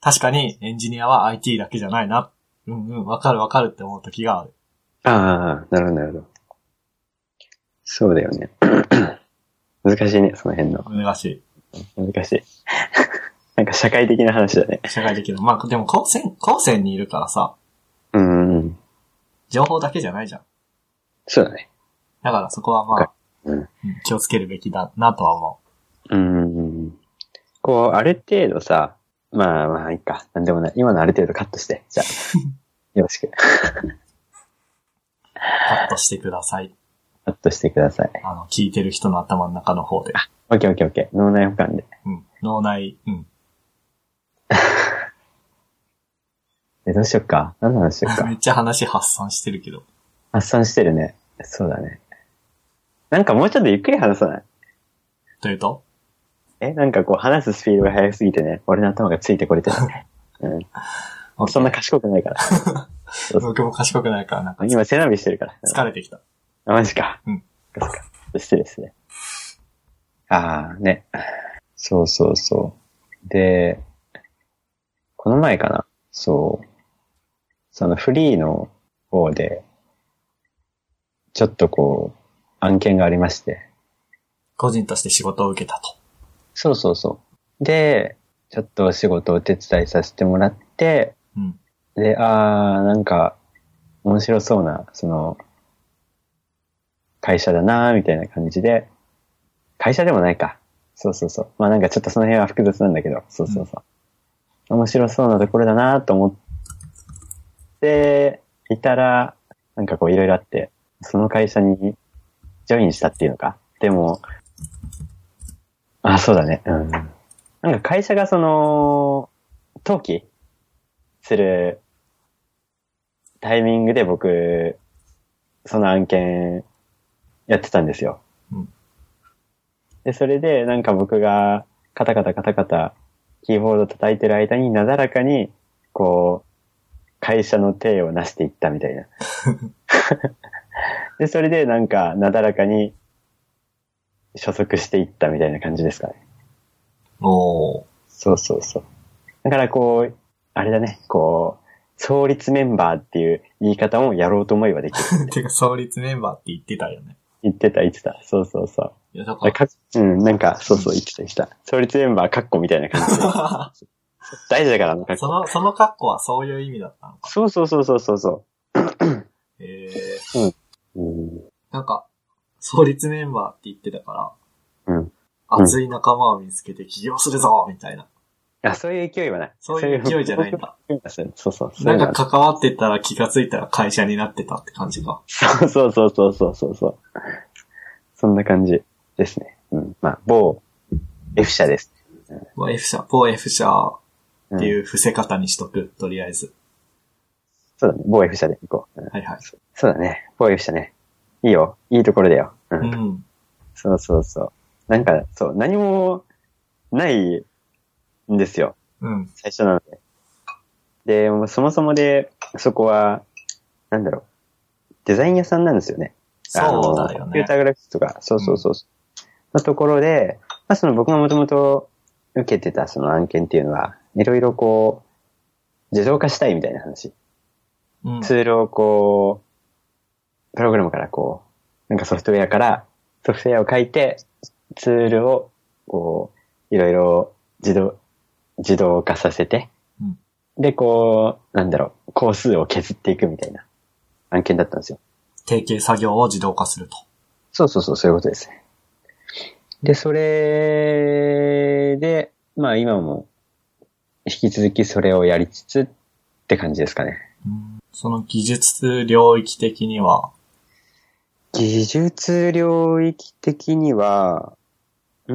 確かにエンジニアは IT だけじゃないな。うんうん、わかるわかるって思う時がある。ああ、なるほど、なるほど。そうだよね。 *clears throat* 難しいね、その辺の。難し難しい。なんか社会的な話だね。い。社会的な。まあ、でも、高専、高専にいるからさ、うんうんうん。情報だけじゃないじゃん。そうだね。だからそこはまあ、うんうん気をつけるべきだなとは思うんうんうん。こう、ある程度さ、まあまあ、いいか。なんでもない。今のある程度カットして。じゃあ、よろしく。う。カットしてください。カットしてください。あの、聞いてる人の頭の中の方で。オッケーオッケーオッケー。脳内保管で。うん。脳内、うん。え、どうしよっか。何の話しよっめか *laughs* っ。ちゃ話発散してるけど。発散してるね。そうだね。なんかもうちょっとゆっくり話さないというとえ、なんかこう話すスピードが速すぎてね、俺の頭がついてこれてない。うん。そんな賢くないから。そうそう僕も賢くないから、なんか今背伸びしてるから。疲れてきた。あ、マジか。うん。そっか。失礼ですね。ああ、ね。そうそうそう。で、この前かな。そう。そのフリーの方で、ちょっとこう、案件がありまして。個人として仕事を受けたと。そうそうそう。で、ちょっとお仕事をお手伝いさせてもらって、うん。で、あー、なんか、面白そうな、その、会社だなーみたいな感じで、会社でもないか。そうそうそう。まあなんかちょっとその辺は複雑なんだけど、そうそうそう。面白そうなところだなーと思っていたら、なんかこういろいろあって、その会社にジョインしたっていうのか。でも、あ、そうだね。うん。なんか会社がその、登記するタイミングで僕、その案件やってたんですよ。うんで、それでなんか僕がカタカタカタカタキーボード叩いてる間になだらかに、こう、会社の体を成していったみたい *laughs* な。で、それでなんかなだらかに所属していったみたいな感じですかね。おー。そうそうそう。だからこう、あれだね、こう、創立メンバーっていう言い方もやろうと思えばできる。 *laughs* てか、創立メンバーって言ってたよね。言ってた、言ってた。そうそうそう。いや、だかだら、からかうん、なんか、そうそう、言ってた、言ってた。創立メンバー、カッコみたいな *laughs* 感じで。大事だからな、カッそコ。の、その格好はそういう意味だったのか。そうそうそうそうそうそええう。うん。なんか、創立メンバーって言ってたから、うん。熱い仲間を見つけて起業するぞみたいな。あ、そういう勢いはない。そういう勢いじゃないんそうだ。いう勢いはないそう *laughs* そう。そうないうんのかは関わってたら気がついたら会社になってたって感じか。そうそうそうそうそうそうそう。そんな感じですね。うん。まあ、某 F 社です。まあ F 社、某 F 社うんっていう伏せ方にしとく、とりあえず。そうだね。某 F 社で行こう。うんはいはい。そうだね。某 F 社ね。いいよ。いいところだよ。う。うんん。そうそうそう。なんか、そう、何もないんですよ。うん。最初なので。で、もうそもそもで、そこは、なんだろう。デザイン屋さんなんですよね。あのそうだよコンピュねータ。ーグラフィックスとか、そうそうそうそう。のところで、まあその僕がもともと受けてたその案件っていうのは、いろいろこう、自動化したいみたいな話。うん。ツールをこう、プログラムからこう、なんかソフトウェアから、ソフトウェアを書いて、ツールをこう、いろいろ自動、自動化させて、うんで、こう、なんだろう、工数を削っていくみたいな案件だったんですよ。定型作業を自動化すると。そうそうそう、そういうことですね。で、それで、まあ今も、引き続きそれをやりつつって感じですかね。うんその技術領域的には、技術領域的には、うー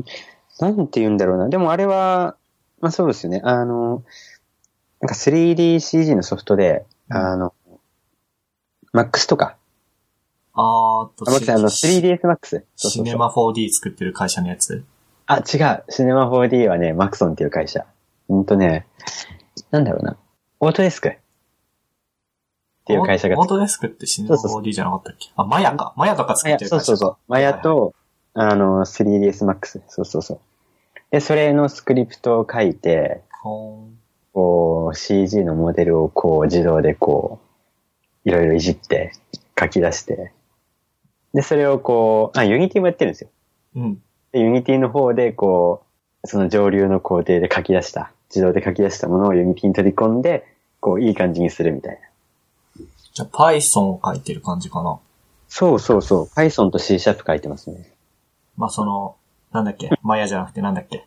ん、なんて言うんだろうな。でもあれは、まあそうですよね。あの、なんか 3DCG のソフトで、うんあの、MAX とか、あーっと、あ、待って、あの、シ 3DSMAX。そうそうそシうネマ 4D 作ってる会社のやつあ、違う。シネマ 4D はね、マクソンっていう会社。うんとね、なんだろうな。オートデスクっていう会社がオートデスクってシネマ 4D じゃなかったっけあ、マヤか。マヤとか作マっヤてるそう会社そうそう。マヤと、あの、3ds max。そうそうそう。で、それのスクリプトを書いて、ほーんこう、CG のモデルをこう、自動でこう、いろいろいじって、書き出して、で、それをこう、あ、ユニティもやってるんですよ。うん。で、ユニティの方で、こう、その上流の工程で書き出した、自動で書き出したものをユニティに取り込んで、こう、いい感じにするみたいな。じゃあ、Python を書いてる感じかな。そうそうそう。Python と C シャープ書いてますね。まあ、その、なんだっけ、マヤじゃなくてなんだっけ。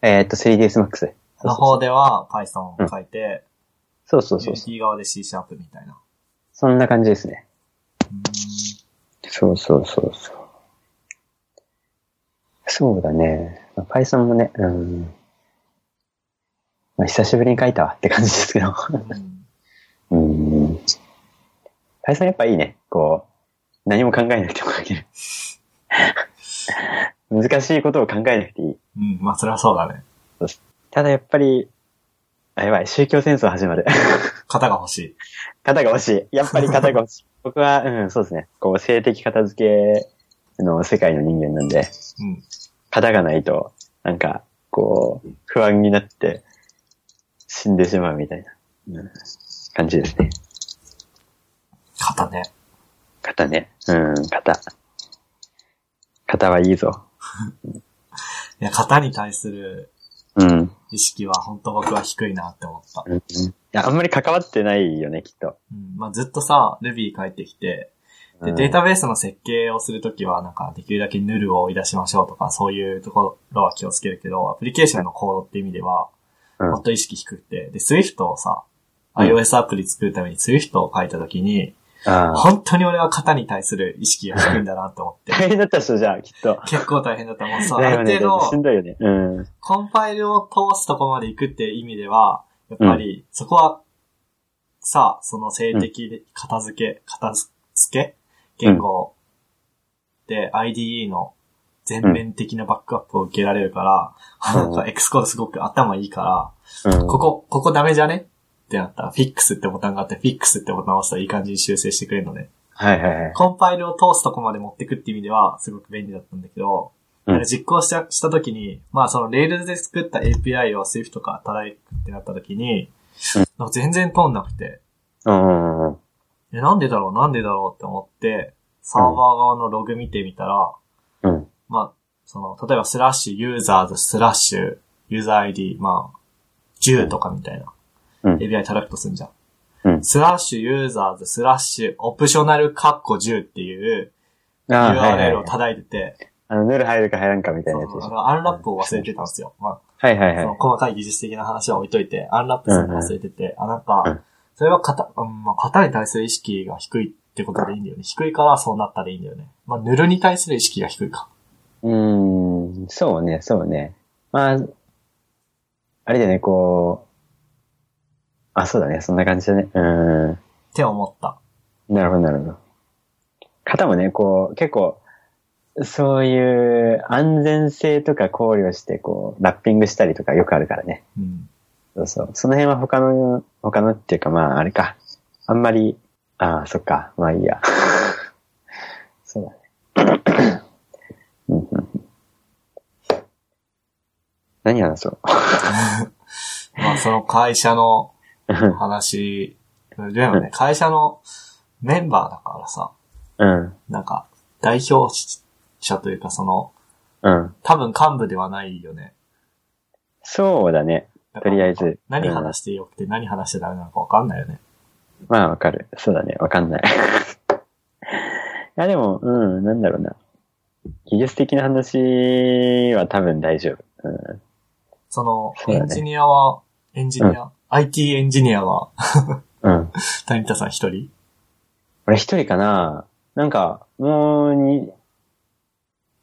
えーっと、3ds max。の方では Python を書いて、そうそうそうそう。 Unity 側で C シャープみたいな。そんな感じですね。そうそうそうそう。そうだね。まあ Python もね、うん。まあ、久しぶりに書いたわって感じですけど。うんうん。Python やっぱいいね。こう、何も考えなくても書ける。難しいことを考えなくていい。うん、まあ、それはそうだね。ただやっぱり、あやばい、宗教戦争始まる。型が欲しい。肩が欲しい。やっぱり肩が欲 *laughs* しい。僕は、うん、そうですね。こう、性的片付けの世界の人間なんで、うん。肩がないと、なんか、こう、不安になって、死んでしまうみたいな、うん感じですね。型ね。肩ね。うん、肩。肩はいいぞ。いや、型に対するうん。うん意識は本当僕は低いなって思った。うんいや、あんまり関わってないよね、きっと。うん、まあ、ずっとさ、Ruby 書いてきて、うで、んデータベースの設計をするときは、なんか、できるだけヌルを追い出しましょうとか、そういうところは気をつけるけど、アプリケーションのコードって意味では、うんもっと意識低くて、で、Swift をさ、うん iOS アプリ作るために Swift を書いたときに、ああ。本当に俺は型に対する意識が低いんだなっ *laughs* て思って、大変だった人じゃあ、きっと。結構大変だった。もうさ、だあよねる程しん度、どいよね。うん。コンパイルを通すとこまで行くって意味では、やっぱり、そこは、さ、その性的で片付け、片付け言語で IDE の全面的なバックアップを受けられるから、うんなんか X コードすごく頭いいから、うん、ここ、ここダメじゃねってなったら、フィックスってボタンがあって、フィックスってボタンを押したらいい感じに修正してくれるので、はいはいはい。コンパイルを通すとこまで持ってくって意味では、すごく便利だったんだけど、なんか実行した、したときに、まあその Rails で作った API を Swift とか叩くってなったときにうん、なんか全然通んなくて、うん。うん。え、なんでだろうなんでだろうって思って、サーバー側のログ見てみたら、うん。まあ、その、例えばスラッシュユーザーズスラッシュユーザー ID、まあ、10とかみたいな、うん API 叩くとすんじゃん。うんスラッシュユーザーズスラッシュオプショナルカッコ10っていうああ、はいはい URL はをい。叩いてて、あの、ヌル入るか入らんかみたいそなうやつでしあょ。のアンラップを忘れてたんですよ。まはいはいあ、そのは細かい技術的な話は置いといて、アンラップするの忘れてて、あ、なんうかん、それは型、うん、まあ、型に対する意識が低いってことでいいんだよね。低いからそうなったらいいんだよね。まあ、ヌルに対する意識が低いか。い。うーん、そうね、そうね。まあ、あれだよね、こう、あ、そうだね、そんな感じだね。うーん。って思った。なるほど、なるほど。方もね、こう、結構、そういう安全性とか考慮して、こう、ラッピングしたりとかよくあるからね。うん。そうそう。その辺は他の、他のっていうか、まあ、あれか。あんまり、ああ、そっか。まあいいや。 *laughs* そうだね。うんうんうん何話そう。 *laughs* まあ、その会社の話、でもね、会社のメンバーだからさ、うん。なんか、代表者というか、その、うん。多分幹部ではないよね。そうだね。だかとらりあえず。何うん話してよくて何話してダメなのかわかんないよね。まあわかる。そうだね。わかんない。 *laughs* いやでも、うん、なんだろうな。技術的な話は多分大丈夫。うん、その、そうエだねンジニアは、エンジニア、IT エンジニアは、 *laughs* うん。谷田さん一人俺一人かななんか、もうに、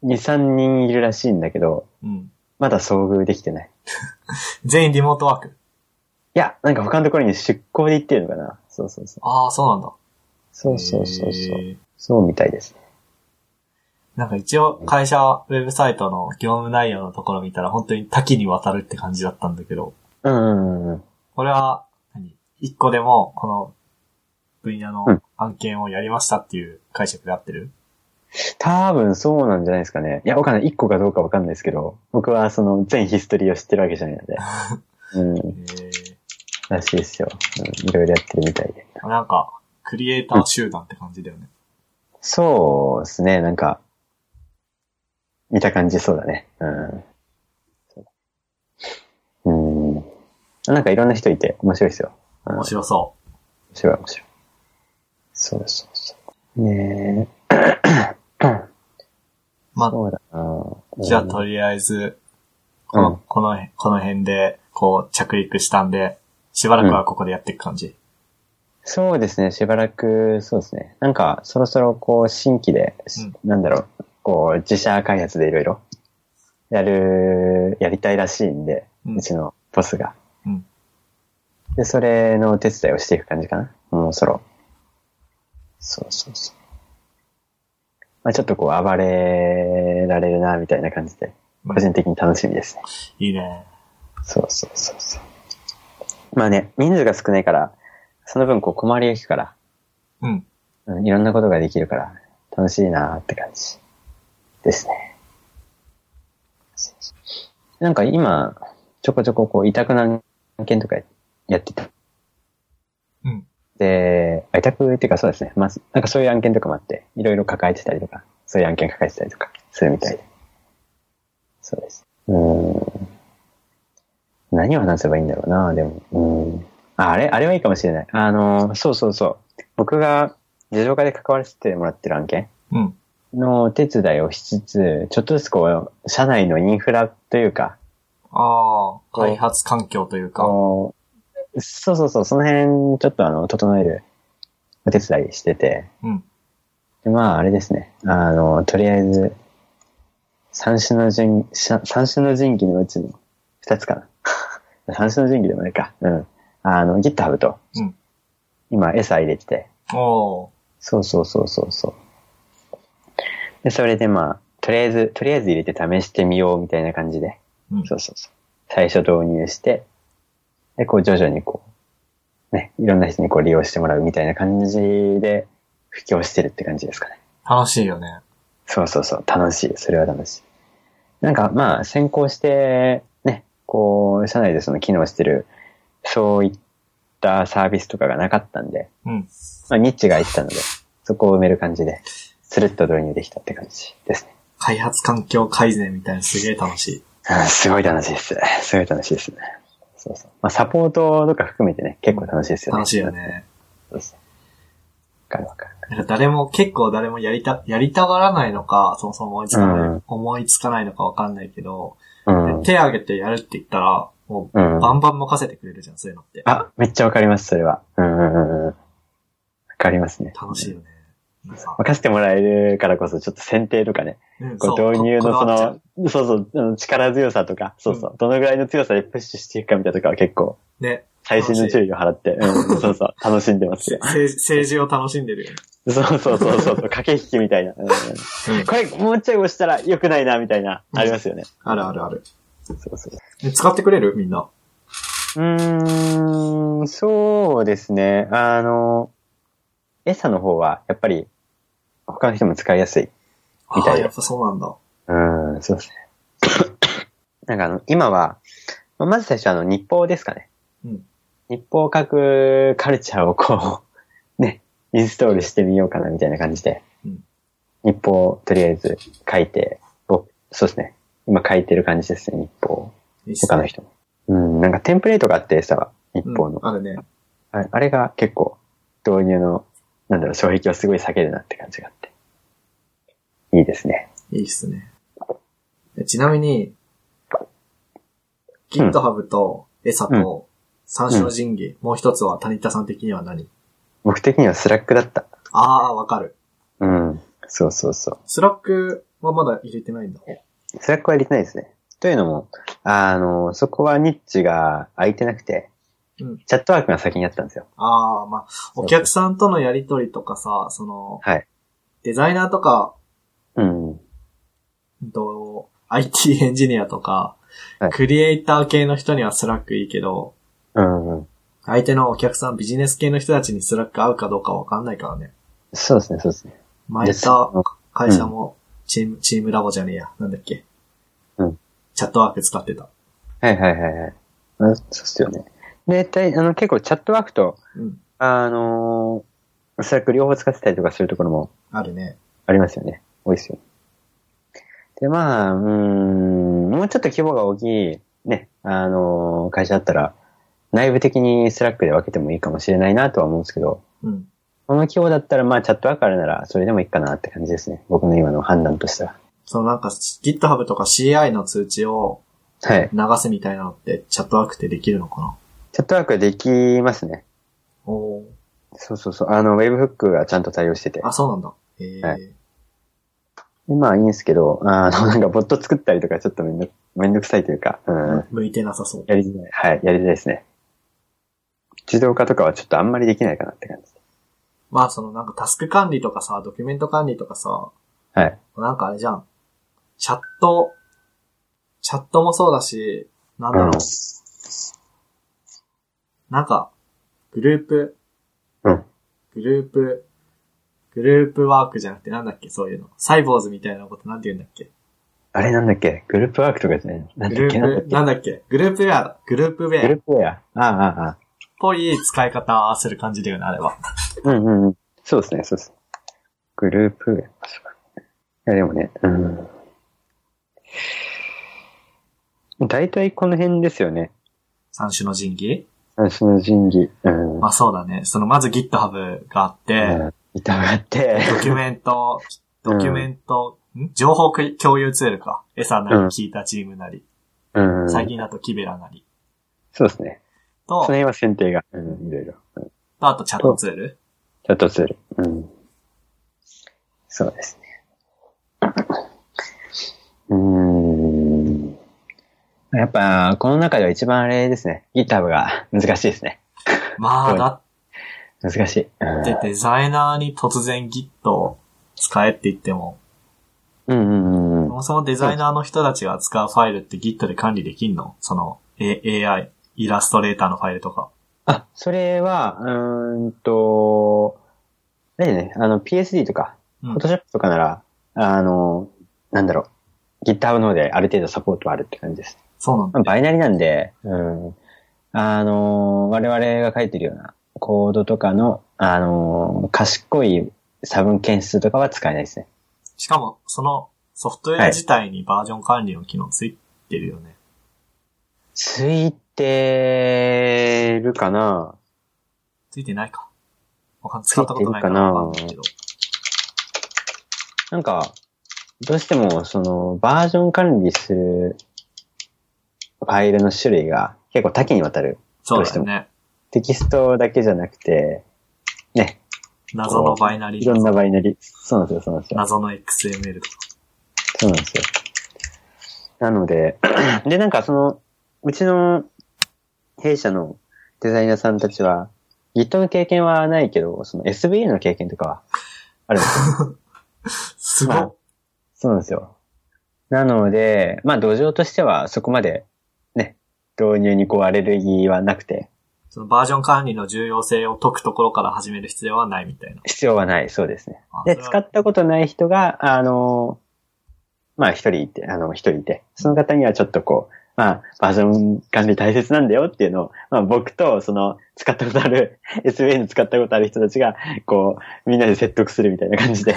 二、三人いるらしいんだけど、うん。まだ遭遇できてない。全員リモートワーク。いや、なんか他のところに出向で行ってるのかなそうそうそう。ああ、そうなんだ。そうそうそうそう。へーそうみたいですね。なんか一応会社ウェブサイトの業務内容のところ見たら本当に多岐にわたるって感じだったんだけど、うんうんうん。これは、何一個でも、この、分野うのん案件をやりましたっていう解釈で合ってる、多分そうなんじゃないですかね。いや、わかんない。一個かどうかわかんないですけど、僕はその全ヒストリーを知ってるわけじゃないの *laughs* で。うん、えーらしいですよ。うんいろいろやってるみたいで。なんか、クリエイター集団って感じだよね。そうですね、なんか、見た感じそうだね。うん。うん。なんかいろんな人いて面白いですよ。うん面白そ面白い面白い。そうそうそう。ねう。まあ、そうだなじゃあうんとりあえず、この、うんこの辺、この辺で、こう、着陸したんで、しばらくはここでやっていく感じ。そうですね、しばらく、そうですね。なんか、そろそろこう、新規で、しなんだろう、こう、自社開発でいろいろ、やる、やりたいらしいんで、ううんちのボスが。うんで、それのお手伝いをしていく感じかな。もうそろ。そうそうそう。まあちょっとこう、暴れられるな、みたいな感じで、個人的に楽しみですね。いいね。そうそうそうそう。まあね、人数が少ないから、その分こう困りやすいから、うん。うん、いろんなことができるから、楽しいなーって感じですね。なんか今、ちょこちょここう、委託の案件とかやってた。うん。で、あ委託っていうかそうですね。まず、なんかそういう案件とかもあって、いろいろ抱えてたりとか、そういう案件抱えてたりとか、するみたいで。そうです。うーん。何を話せばいいんだろうな、でも。うーん。あ、あれあれはいいかもしれない。あの、そうそうそう。僕が、自動化で関わらせてもらってる案件うん。のお手伝いをしつつ、ちょっとずつこう、社内のインフラというか、ああ、開発環境というか、こう、そうそうそう、その辺、ちょっとあの、整えるお手伝いしてて、うん。でまあ、あれですね、あの、とりあえず、三種の神、三種の神器のうちの二つかな。 *laughs* 三種の神器でもないか。うん。あの、GitHub と、うん今、餌入れてて、おー。そうそうそうそうそう。で、それでまあ、とりあえず、とりあえず入れて試してみようみたいな感じで、うん。そうそうそう。最初導入して、で、こう徐々にこう、ね、いろんな人にこう利用してもらうみたいな感じで、布教してるって感じですかね。楽しいよね。そうそうそう、楽しい。それは楽しい。なんかまあ先行して、ね、こう、社内でその機能してる、そういったサービスとかがなかったんで、うん。まあニッチが空いてたので、そこを埋める感じで、スルッと導入できたって感じですね。 *laughs* 開発環境改善みたいなのすげえ楽しい。うんすごい楽しいです。すごい楽しいですね。そうそう。まあサポートとか含めてね、結構楽しいですよね。楽しいよ。ね。そうそう。わかるわかる。なんか誰も、結構誰もやりた、やりたがらないのか、そもそも思いつかない、うん思いつかないのかわかんないけど、うん。手挙げてやるって言ったら、もう、うんバンバン任せてくれるじゃん、そういうのって。あ、めっちゃわかります、それは。うんうんうんうん。わかりますね。楽しいよね。なんか任せてもらえるからこそ、ちょっと選定とかね、うんこそうう導入のそこだわっちゃうの、そうそうあの、力強さとか、そうそう、どのぐらいの強さでプッシュしていくかみたいなとかは結構、ね、最新の注意を払って、うん、そうそう、楽しんでますせよ。政政治を楽しんでるよね。そうそうそうそう、駆け引きみたいな。うんうんこれ、もうちょい押したら良くないな、みたいな、うんありますよね。あるあるある。そうそう。え使ってくれるみんな。うーん、そうですね。あの、エサの方は、やっぱり、他の人も使いやすい。みあたいあ、なやっぱそうなんだ。うん、そうですね。 *coughs* なんかあの、今は、まあまず最初はあの、日報ですかね。うん日報を書くカルチャーをこう、 *laughs* ね、インストールしてみようかなみたいな感じで、うん日報をとりあえず書いて、僕、そうですね。今書いてる感じですね、日報を。いいっすね他の人も。うん、なんかテンプレートがあってさ、日報の。うんあるね。あれあれが結構導入の、なんだろう、障壁をすごい避けるなって感じがあって。いいですね。いいっすね。えちなみに、GitHub と ESA と三種の神器、もう一つは谷田さん的には何僕的にはスラックだった。ああ、わかる。うん。そうそうそう。スラックはまだ入れてないんだ。スラックは入れてないですね。というのも、あの、そこはニッチが空いてなくて、うんチャットワークが先にあったんですよ。ああ、まあ、お客さんとのやりとりとかさ、その、はい。デザイナーとか、うん。うんと IT エンジニアとか、はいクリエイター系の人にはスラックいいけど、うん。相手のお客さん、ビジネス系の人たちにスラック合うかどうかわかんないからね。そうですね、そうですね。前ですさ、会社も、チーム、チームラボじゃねえや。なんだっけ。うん。チャットワーク使ってた。はいはいはいはい。あそうっすよね。で、大あの結構チャットワークと、うん。あのスラック両方使ってたりとかするところもあるね。ありますよね。多いですよ。で、まあ、うーん、もうちょっと規模が大きい、ね、あの、会社だったら、内部的にスラックで分けてもいいかもしれないなとは思うんですけど、うん。この規模だったら、まあ、チャットワークあるなら、それでもいいかなって感じですね。僕の今の判断としては。そのなんか、GitHub とか CI の通知をはい。流すみたいなのって、チャットワークってできるのかなチャットワークできますね。おーそうそうそう。あの、ウェブフックがちゃんと対応してて。あ、そうなんだ。ええはまあ、いいんですけど、あの、なんか、ボット作ったりとか、ちょっとめんど、めんどくさいというか、うん。向いてなさそう。やりづらい。はい、やりづらいですね。自動化とかはちょっとあんまりできないかなって感じ。まあ、そのなんかタスク管理とかさ、ドキュメント管理とかさ、はい。なんかあれじゃん。チャット、チャットもそうだし、なんだろう。なんか、グループ、うんグループ、グループワークじゃなくてなんだっけ、そういうの。サイボーズみたいなことなんて言うんだっけ。あれなんだっけグループワークとかじゃないのなんグだっルけなんだーっプ、なんだっけ、グループウェアだ、グループウェアけグっループウェア。ああ、ああ、ああ。ぽい使い方する感じだよね、あれは。うんうんうん。そうですね、そうですね。グループウェア。そうかいや、でもね、うん。大体この辺ですよね。三種の神器私の人技。うん。まあそうだね。そのまず GitHub があって、 *laughs* うん痛がって。ドキュメント、ドキュメント、ん情報共有ツールか。エサなり、うん聞いたチームなり、うん。最近だとキベラなり。そうですね。そのと、辺は選定が、うん、いろいろ。うんとあとチャットツール。チャットツール。うん。そうですね。うーん。やっぱ、この中では一番あれですね。GitHub が難しいですね。まあ、そうだ難しい。うんってデザイナーに突然 Git を使えって言っても、うんうんうそん。もそもデザイナーの人たちが使うファイルって Git で管理できんのその、A、AI、イラストレーターのファイルとか。あ、それは、うーんと、あれね、あの PSD とか、うん Photoshop とかなら、あの、なんだろう。 GitHub の方である程度サポートはあるって感じです。そうなんまだあ、ね。バイナリなんで、うん。あのー我々が書いてるようなコードとかの、あのー賢い差分件数とかは使えないですね。しかも、そのソフトウェア自体にバージョン管理の機能ついてるよね。ついてるかなついてないか。わかん使ったことないからわかんないけど。なんか、どうしても、その、バージョン管理するファイルの種類が結構多岐にわたる。そうだよね。テキストだけじゃなくて、ね、謎のバイナリいろんなー。バイナリ、そうなんですよ、そうなんですよ。謎の XML とか。そうなんですよ。なので、 *clears throat* で、なんかその、うちの弊社のデザイナーさんたちは、Git の経験はないけど、その SVA の経験とかはあるんですよ。すごまあい。そうなんですよ。なので、まあ土壌としてはそこまでね、導入にこうアレルギーはなくて、そのバージョン管理の重要性を解くところから始める必要はないみたいな。必要はない、そうですね。あで、それは使ったことない人が、あの、まあ一人いて、あの一人いて、その方にはちょっとこう、まあバージョン管理大切なんだよっていうのを、まあ僕とその使ったことある、SVN *laughs* 使ったことある人たちが、こう、みんなで説得するみたいな感じ *laughs* で。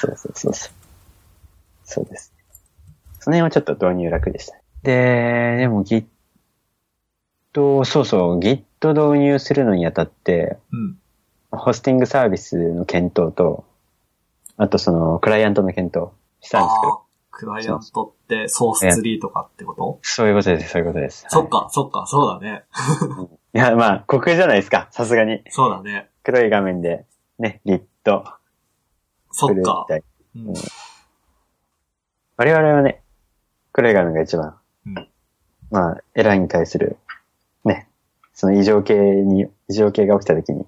そうそうそうそう。そうです。その辺はちょっと導入楽でした。で、でも Git、そうそう、Git 導入するのにあたって、うん。ホスティングサービスの検討と、あとその、クライアントの検討したんですけあどあ、クライアントってソース3とかってことそういうことです、そういうことです。そっか、そっか、そうだね。いや、まあ、国じゃないですか、さすがに。そうだね。黒い画面で、ね、Git、そっか。たい。うん我々はね、黒い画面が一番、うんまあ、エラーに対する、ね、その異常系に、異常系が起きた時に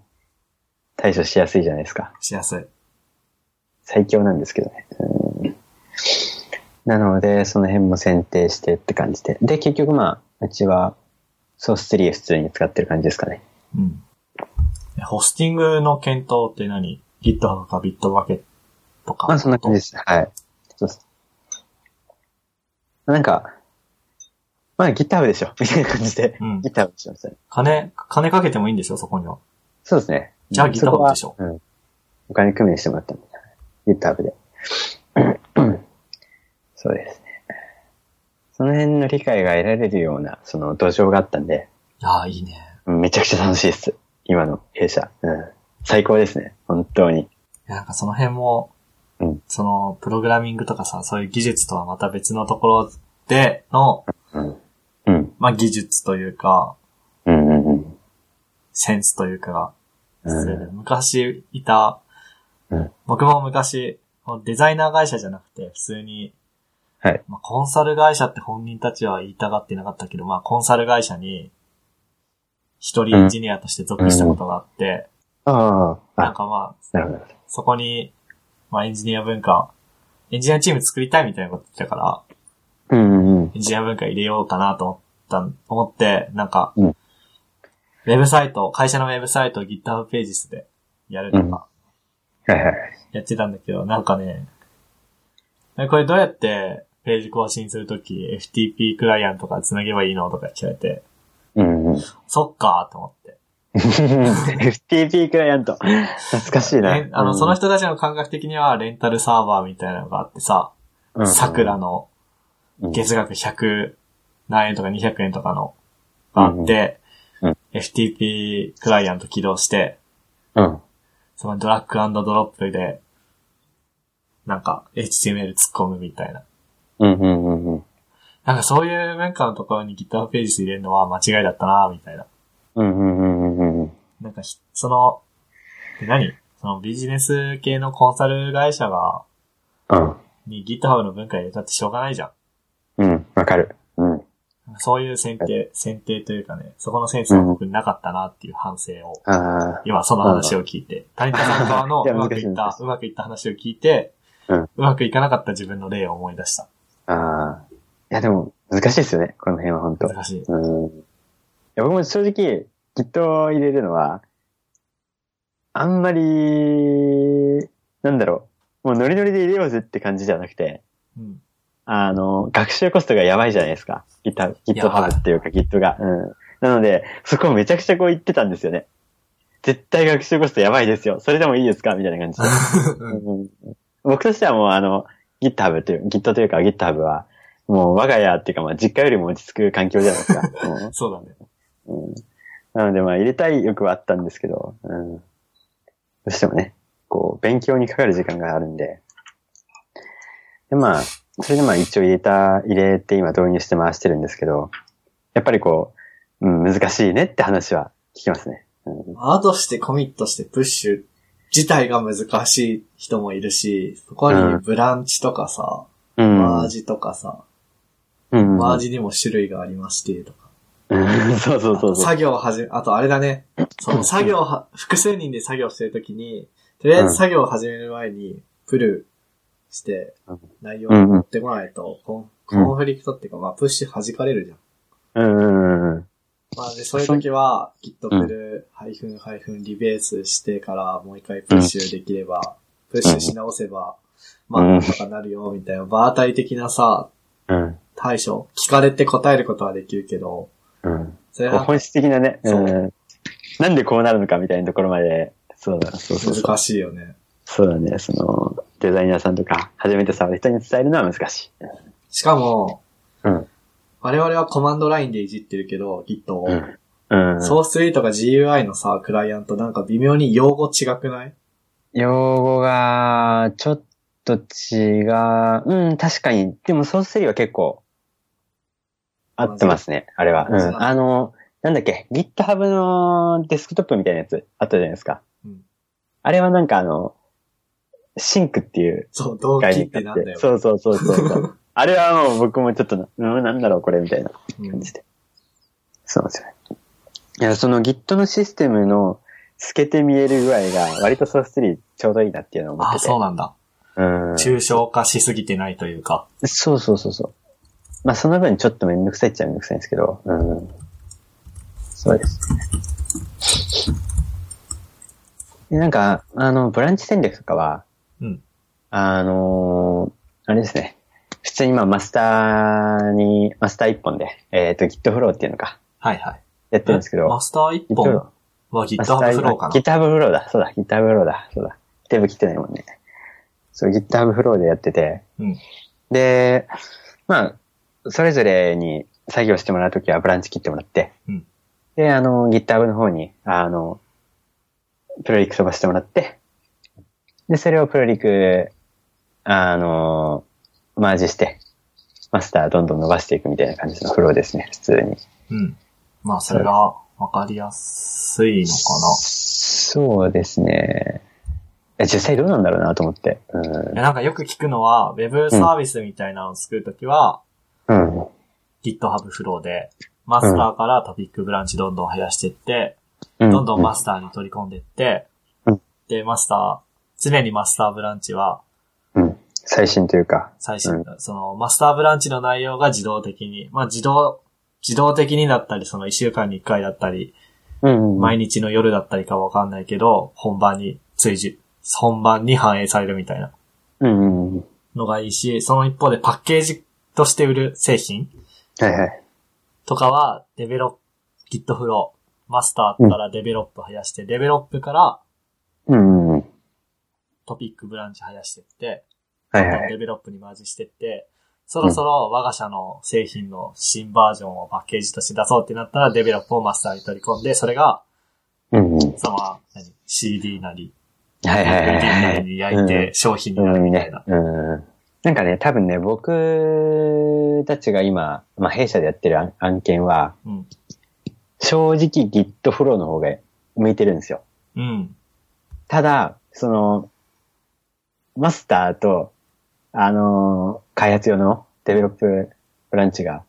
対処しやすいじゃないですか。しやすい。最強なんですけどね。うんなので、その辺も選定してって感じで。で、結局まあ、うちは、ソース3を普通に使ってる感じですかね。うん。ホスティングの検討って何 ?GitHub か Bitbucket とか。まあ、そんな感じです。はい。そうです。なんか、まあ、GitHub でしょ。みたいな感じで、うん GitHub にしましたね。金、金かけてもいいんでしょそこには。そうですね。じゃあうんそこは GitHub でしょうん。お金組みにしてもらったんで。GitHub で。 *clears throat* そうですね。その辺の理解が得られるような、その土壌があったんで、ああ、いいね。めちゃくちゃ楽しいです。今の弊社。うん。最高ですね。本当に。いやなんかその辺も、うんその、プログラミングとかさ、そういう技術とはまた別のところでの、うん。うん。まあ、技術というか、うんうんうん。センスというかが必要でう昔いた、うん僕も昔、このデザイナー会社じゃなくて、普通に、はいまあ、コンサル会社って本人たちは言いたがってなかったけど、まあ、コンサル会社に、一人エンジニアとして属したことがあって、ああ。なんあ、かまあ、なるほど。そこに、まあ、エンジニア文化、エンジニアチーム作りたいみたいなこと言ってたから、うんうんうん。エンジニア文化入れようかなと思ったん、思って、なんか、うんウェブサイト、会社のウェブサイトを GitHub ページスでやるとか、はいはいはい。やってたんだけど、なんかね、これどうやってページ更新するとき FTP クライアントから繋げばいいのとか聞かれて、うん *laughs* うん。そっかーと思って。 FTP クライアント。懐かしいなね。あの、うんその人たちの感覚的にはレンタルサーバーみたいなのがあってさ、桜うんの月額100何円とか200円とかのがあってうんうん、 FTP クライアント起動して、うん。そのドラッグドロップで、なんか HTML 突っ込むみたいな。うんうんうんうん。なんかそういう文化のところに GitHub ページス入れるのは間違いだったなみたいな。うんうんうんうんうん。なんかひ、その、で何そのビジネス系のコンサル会社が、うん。に GitHub の文化入れたってしょうがないじゃん。うん。わかる。うん。なんかそういう選定、選定というかね、そこのセンスが僕になかったなっていう反省を、ああ。今その話を聞いて、谷田さん側 *laughs* のいやうまくいっ難たし、うまくいった話を聞いて、うんまくいかなかった自分の例を思い出した。ああ。いや、でも、難しいですよね。この辺は本当。難しい。うん。いや、僕も正直、Git を入れるのは、あんまり、なんだろう。もうノリノリで入れようぜって感じじゃなくて、うん。 *laughs* あの、学習コストがやばいじゃないですか。GitHub, GitHub っていうか Git が。うん。なので、そこをめちゃくちゃこう言ってたんですよね。絶対学習コストやばいですよ。それでもいいですかみたいな感じで。うん僕としてはもうあの、GitHub という、Git というか GitHub は、もう我が家っていうかまあ実家よりも落ち着く環境じゃないです *laughs* か。うんそうだね。うんなのでまあ入れたい欲はあったんですけど、うん、どうしてもね、こう勉強にかかる時間があるんで。でまあ、それでまあ一応入れた、入れて今導入して回してるんですけど、やっぱりこう、うん、難しいねって話は聞きますね。うん、アートしてコミットしてプッシュ自体が難しい人もいるし、そこにブランチとかさ、うん。マージとかさ、うん、マージにも種類がありまして、とか。うん。そうそうそうそう。作業を始め、あとあれだね、その作業は、複数人で作業してるときに、とりあえず作業を始める前に、プルしてうん、内容を持ってこないと、コンコンフリクトっていうか、まあ、プッシュ弾かれるじゃん。うんうんうん。まあ、で、そういう時は、Git プル、ハイフン、ハイフン、リベースしてから、もう一回プッシュできれば、プッシュし直せば、まあ、うんなんとかなるよ、みたいな、場当たり的なさ、うん。対処、聞かれて答えることはできるけど、うん。それこうは本質的なね、う。そうんなんでこうなるのかみたいなところまで、そうだ、そうそうそう。難しいよね。そうだね、その、デザイナーさんとか、初めて触る人に伝えるのは難しい。しかも、うん。我々はコマンドラインでいじってるけど、Git を。うん。うん。ソース3とか GUI のさ、クライアントなんか微妙に用語違くない *laughs* 用語が、ちょっと違う。うん、確かに。でも、ソース3は結構、合ってますね、あれは。うまずはん。あの、なんだっけ、GitHub のデスクトップみたいなやつ、あったじゃないですか。うんあれはなんかあの、シンクっていうそう、動機ってなんだよ。そうそうそうそう *laughs* そう。あれはもう僕もちょっとな、うん、なんだろうこれみたいな。うん感じで。そうなんですよね。いや、その Git のシステムの透けて見える具合が割とソース3ちょうどいいなっていうのを思っあ、てて。そうなんだ。うん。抽象化しすぎてないというか。そうそうそうそう。まあその分ちょっとめんどくさいっちゃめんどくさいんですけど。うん。そうです。でなんか、あの、ブランチ戦略とかは、うん。あのーあれですね。普通にまあマスターに、マスター一本で、えっ、と Git フローっていうのか、はいはい。やってるんですけど。マスター一 Git 本フローは GitHub フローかな。 GitHub フローだ。そうだ。GitHub フローだ。そうだ。デブ来てないもんね。そう、GitHub フローでやってて。うん。で、まあ、それぞれに作業してもらうときはブランチ切ってもらって。うんで、あの、GitHub の方に、あの、プロリク飛ばしてもらって。で、それをプロリク、あの、マージして、マスターどんどん伸ばしていくみたいな感じのフローですね、普通に。うん。まあ、それがわかりやすいのかそうですね。え実際どうなんだろうなと思って。うんな。。なんかよく聞くのは、ウェブサービスみたいなのを作るときは、うん。 GitHub フローで、マスターからトピックブランチどんどん増やしていって、うどんどんマす。スターに取り込んでいってうん、で、マスター、常にマスターブランチは、うん。最新というか。最新、その、マスターブランチの内容が自動的に、まあ自動、自動的にだったり、その1週間に1回だったり、うん。毎日の夜だったりかわかんないけど、本番に追従、本番に反映されるみたいなうん。うん。のがいいし、その一方でパッケージとして売る製品はいはい。とかは、デベロップ、Git フロー、マスターからデベロップ増やして、デベロップからうん。はいトピックブランチ増やしてって、はい。デベロップにマージしてって、そろそろ我が社の製品の新バージョンをパッケージとして出そうってなったら、デベロップをマスターに取り込んで、それが、うん。はいその、何 CD なり、はいはいは。DVD ないりに焼いて商品になるみたいな。うん。なんかね、多分ね、僕たちが今、まあ、弊社でやってる案案件は、うん。正直 Git フローの方が向いてるんですよ。うん。ただ、その、マスターと、あのー開発用のデベロップブランチが、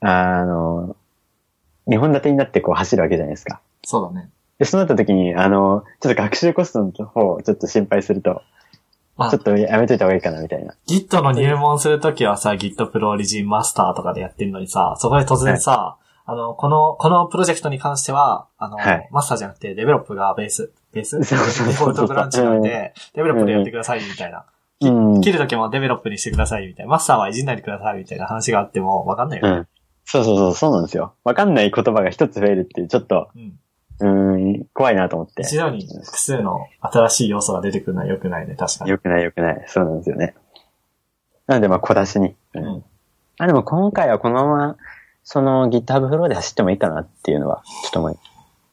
あのー、日本立てになってこう走るわけじゃないですか。そうだね。で、そうなった時に、あのーちょっと学習コストの方をちょっと心配すると、まちょあっ、とやめといた方がいいかなみたいな。 Git の入門するときはさ、Git プロオリジンマスターとかでやってるのにさ、そこで突然さ、あの、この、このプロジェクトに関しては、あの、はいマスターじゃなくてデベロップがベース、ベースデそうそうそうフォルトブランチなんで、デベロップでやってくださいみたいな。うん。切るときもデベロップにしてくださいみたいな。マスターはいじんないでくださいみたいな話があってもわかんないようね。ん。そうそうそう、そうなんですよ。わかんない言葉が一つ増えるっていう、ちょっと、うん。うーん、怖いなと思って。一度に複数の新しい要素が出てくるのは良くないね、確かに。よくないよくない。そうなんですよね。なので、まあ、小出しに。ううんん。あ、でも今回はこのまま、その GitHub フローで走ってもいいかなっていうのは、ちょっと思い。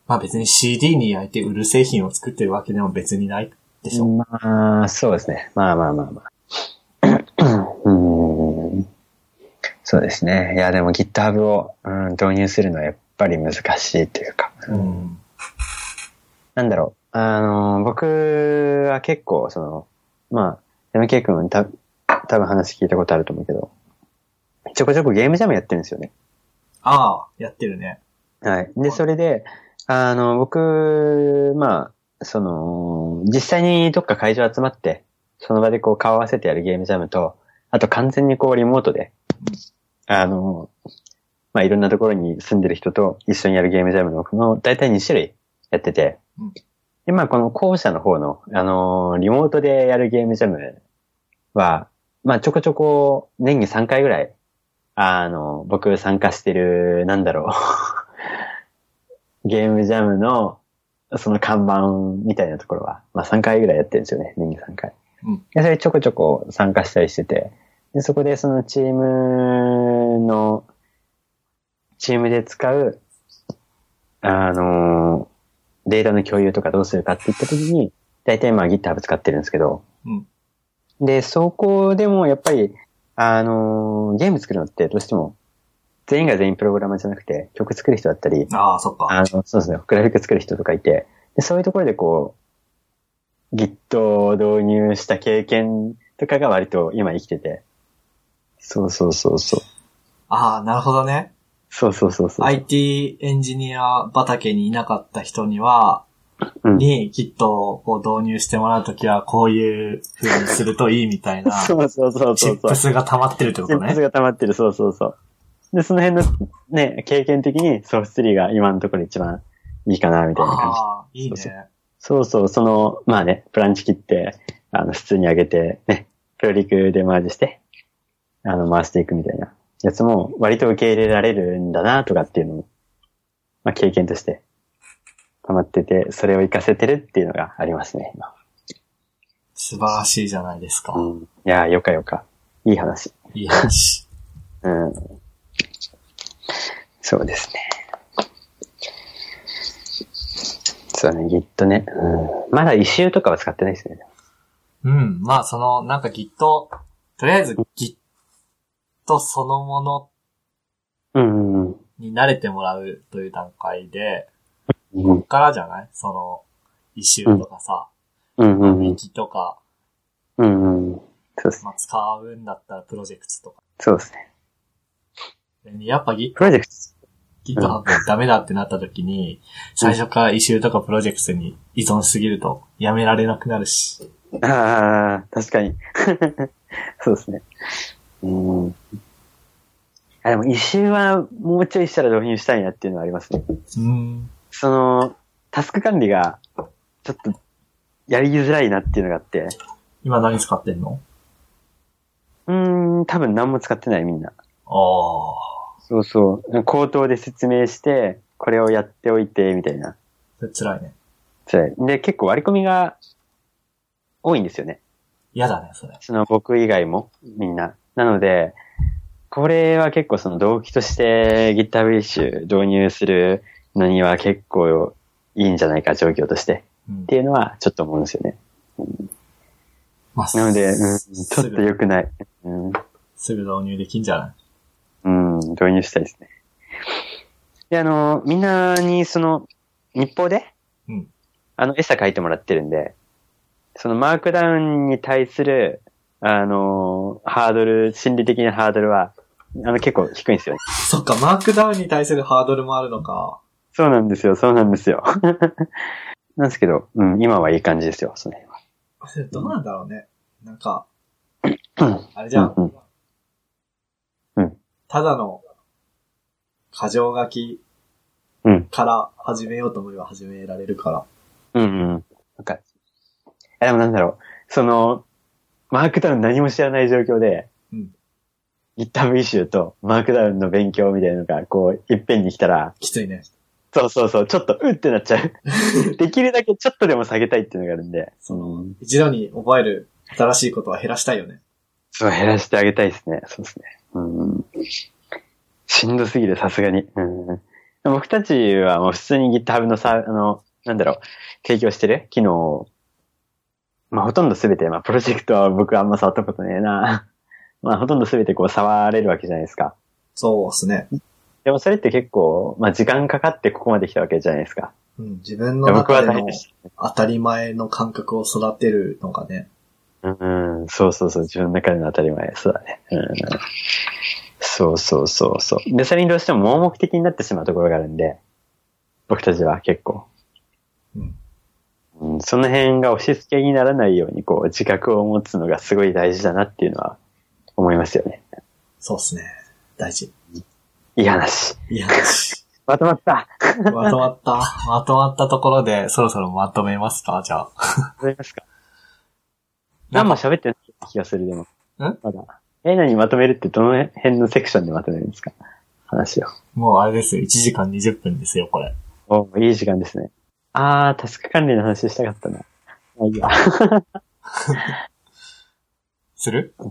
まあ別に CD に焼いて売る製品を作ってるわけでも別にないでしょ。まあ、そうですね。まあまあまあまあ。 *coughs* うーん。そうですね。いや、でも GitHub を、うん、導入するのはやっぱり難しいというか。うん。なんだろう。あの、僕は結構、その、まあ、MK 君にた多分話聞いたことあると思うけど、ちょこちょこゲームジャムやってるんですよね。ああ、やってるね。はい。で、それで、あの、僕、まあ、その、実際にどっか会場集まって、その場でこう顔合わせてやるゲームジャムと、あと完全にこうリモートで、あの、まあ、いろんなところに住んでる人と一緒にやるゲームジャムの、この大体2種類やっててうん、で、まあ、この後者の方の、あの、リモートでやるゲームジャムは、まあ、ちょこちょこ年に3回ぐらい、あの、僕参加してる、なんだろう、ゲームジャムの、その看板みたいなところは、まあ3回ぐらいやってるんですよね、年に3回。うんで、それちょこちょこ参加したりしてて、で、そこでそのチームの、チームで使う、あのー、データの共有とかどうするかって言った時に、大体まあ GitHub 使ってるんですけど、うん。で、そこでもやっぱり、あのー、ゲーム作るのってどうしても、全員が全員プログラマーじゃなくて、曲作る人だったり、ああ、そっか。あの、そうですね、グラフィック作る人とかいて、でそういうところでこう、Git を導入した経験とかが割と今生きてて。そうそうそうそう。ああ、なるほどね。そうそうそうそう。。 IT エンジニア畑にいなかった人には、うんに、キットをこう導入してもらうときは、こういう風にするといいみたい *laughs* な、そうそうそうチそうップそう。スが溜まってるってこチとップスね。が溜まってる、そうそうそう。で、その辺のね、経験的にソフト3が今のところ一番いいかな、みたいな感じ。ああ、いいね。そうそうそう、その、まあね、プランチ切って、あの、普通に上げて、ね、プロリクでマージして、あの、回していくみたいなやつも、割と受け入れられるんだな、とかっていうのも、まあ、経験として、溜まってて、それを活かせてるっていうのがありますね、今。素晴らしいじゃないですか。うん、いやー、よかよか。いい話。いい話。うん。そうですね。そうね、Git ね。うん、まだ異臭とかは使ってないですね。うん。まあ、その、なんか Git、とりあえず Git そのものうんうんうん。に慣れてもらうという段階で、うんこっからじゃないその、イシューとかさ、うんうんうん。 Wiki とか、うんうん。そうですね。まあ、使うんだったらプロジェクトとか。そうですね。やっぱ Git プロジェクト。 GitHub ダメだってなった時に、最初からイシューとかプロジェクトに依存しすぎるとやめられなくなるし。ああ、確かに。 *laughs* そうですね。うん。あ、でも、異臭はもうちょいしたら導入したいなっていうのはありますね。うん。その、タスク管理が、ちょっと、やりづらいなっていうのがあって、今何使ってんのうーん、多分何も使ってないみんな。あそうそう。口頭で説明して、これをやっておいて、みたいな。あ、辛いね。辛いで、結構割り込みが多いんですよね。嫌だね、それ。その僕以外もみんな。なので、これは結構その動機として GitHub イシュー導入するのには結構いいんじゃないか、状況として。うんっていうのはちょっと思うんですよね。まあなので、うん、すちょっと良くない。うん、すぐ導入できんじゃないうん、導入したいですね。で、あの、みんなにその、日報で、うんあの、餌書いてもらってるんで、そのマークダウンに対する、あの、ハードル、心理的なハードルは、あの、結構低いんですよね。そっか、マークダウンに対するハードルもあるのか。そうなんですよ、そうなんですよ。 *laughs* なんですけど、うん、今はいい感じですよ、その辺は。どうなんだろうね。なんか、うんあれじゃうんん。うんただの、過剰書きうん。から始めようと思えば始められるから。うんうん。わかる。え、でもなんだろう。その、マークダウン何も知らない状況で、うん。 GitHub イシューとマークダウンの勉強みたいなのが、こう、いっぺんに来たら、きついね。そうそうそう、ちょっと、うんってなっちゃ *laughs* う。できるだけちょっとでも下げたいっていうのがあるんで、その、一度に覚える新しいことは減らしたいよね。そう、減らしてあげたいですね。そうですね。うん。しんどすぎる、さすがに。うん。僕たちはもう普通に GitHub のさ、あの、なんだろう、提供してる機能を、まあほとんどすべて、まあプロジェクトは僕あんま触ったことねえな。 *laughs* まあほとんどすべてこう触れるわけじゃないですか。そうですね。でもそれって結構、まあ時間かかってここまで来たわけじゃないですか。うん、自分の僕は中で大変のでした。当たり前の感覚を育てるのがね。うん、そうそうそう、自分の中での当たり前、そうだね。うん、そうそうそうそう。で、それにどうしても盲目的になってしまうところがあるんで、僕たちは結構。うん。うん、その辺が押し付けにならないように、こう、自覚を持つのがすごい大事だなっていうのは、思いますよね。そうですね。大事。いい話。いい話。まとまったまとまった。まとまったところで、そろそろまとめますかじゃあ。ございますか何も喋ってない気がする、でも。んまだ。え、何まとめるってどの辺のセクションでまとめるんですか話を。もうあれですよ。1時間20分ですよ、これ。おいい時間ですね。あー、タスク管理の話したかったな。まあいいや。する *laughs* ど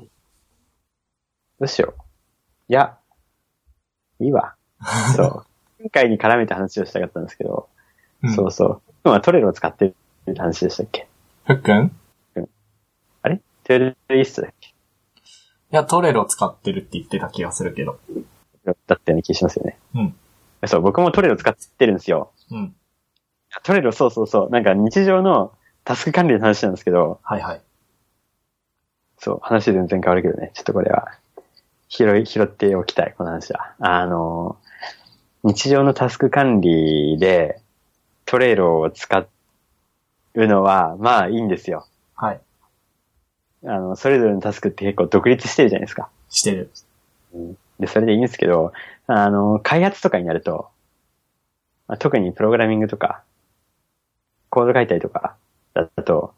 うしよう。いや、いいわ。 *laughs* そう。今回に絡めて話をしたかったんですけど、うんそうそう。今トレロを使ってるって話でしたっけふっくんいあれトレロイーストだっけや、トレロ使ってるって言ってた気がするけど。だったような気がしますよね。うん。そう、僕もトレロ使ってるんですよ。うん。トレロ、そうそうそう。なんか日常のタスク管理の話なんですけど、はいはい。そう、話全然変わるけどね。ちょっとこれは、拾い、拾っておきたい、この話は。あの、日常のタスク管理で、トレイロを使うのは、まあいいんですよ。はい。あの、それぞれのタスクって結構独立してるじゃないですか。してる。で、それでいいんですけど、あの、開発とかになると、まあ、特にプログラミングとか、コード書いたりとかだと、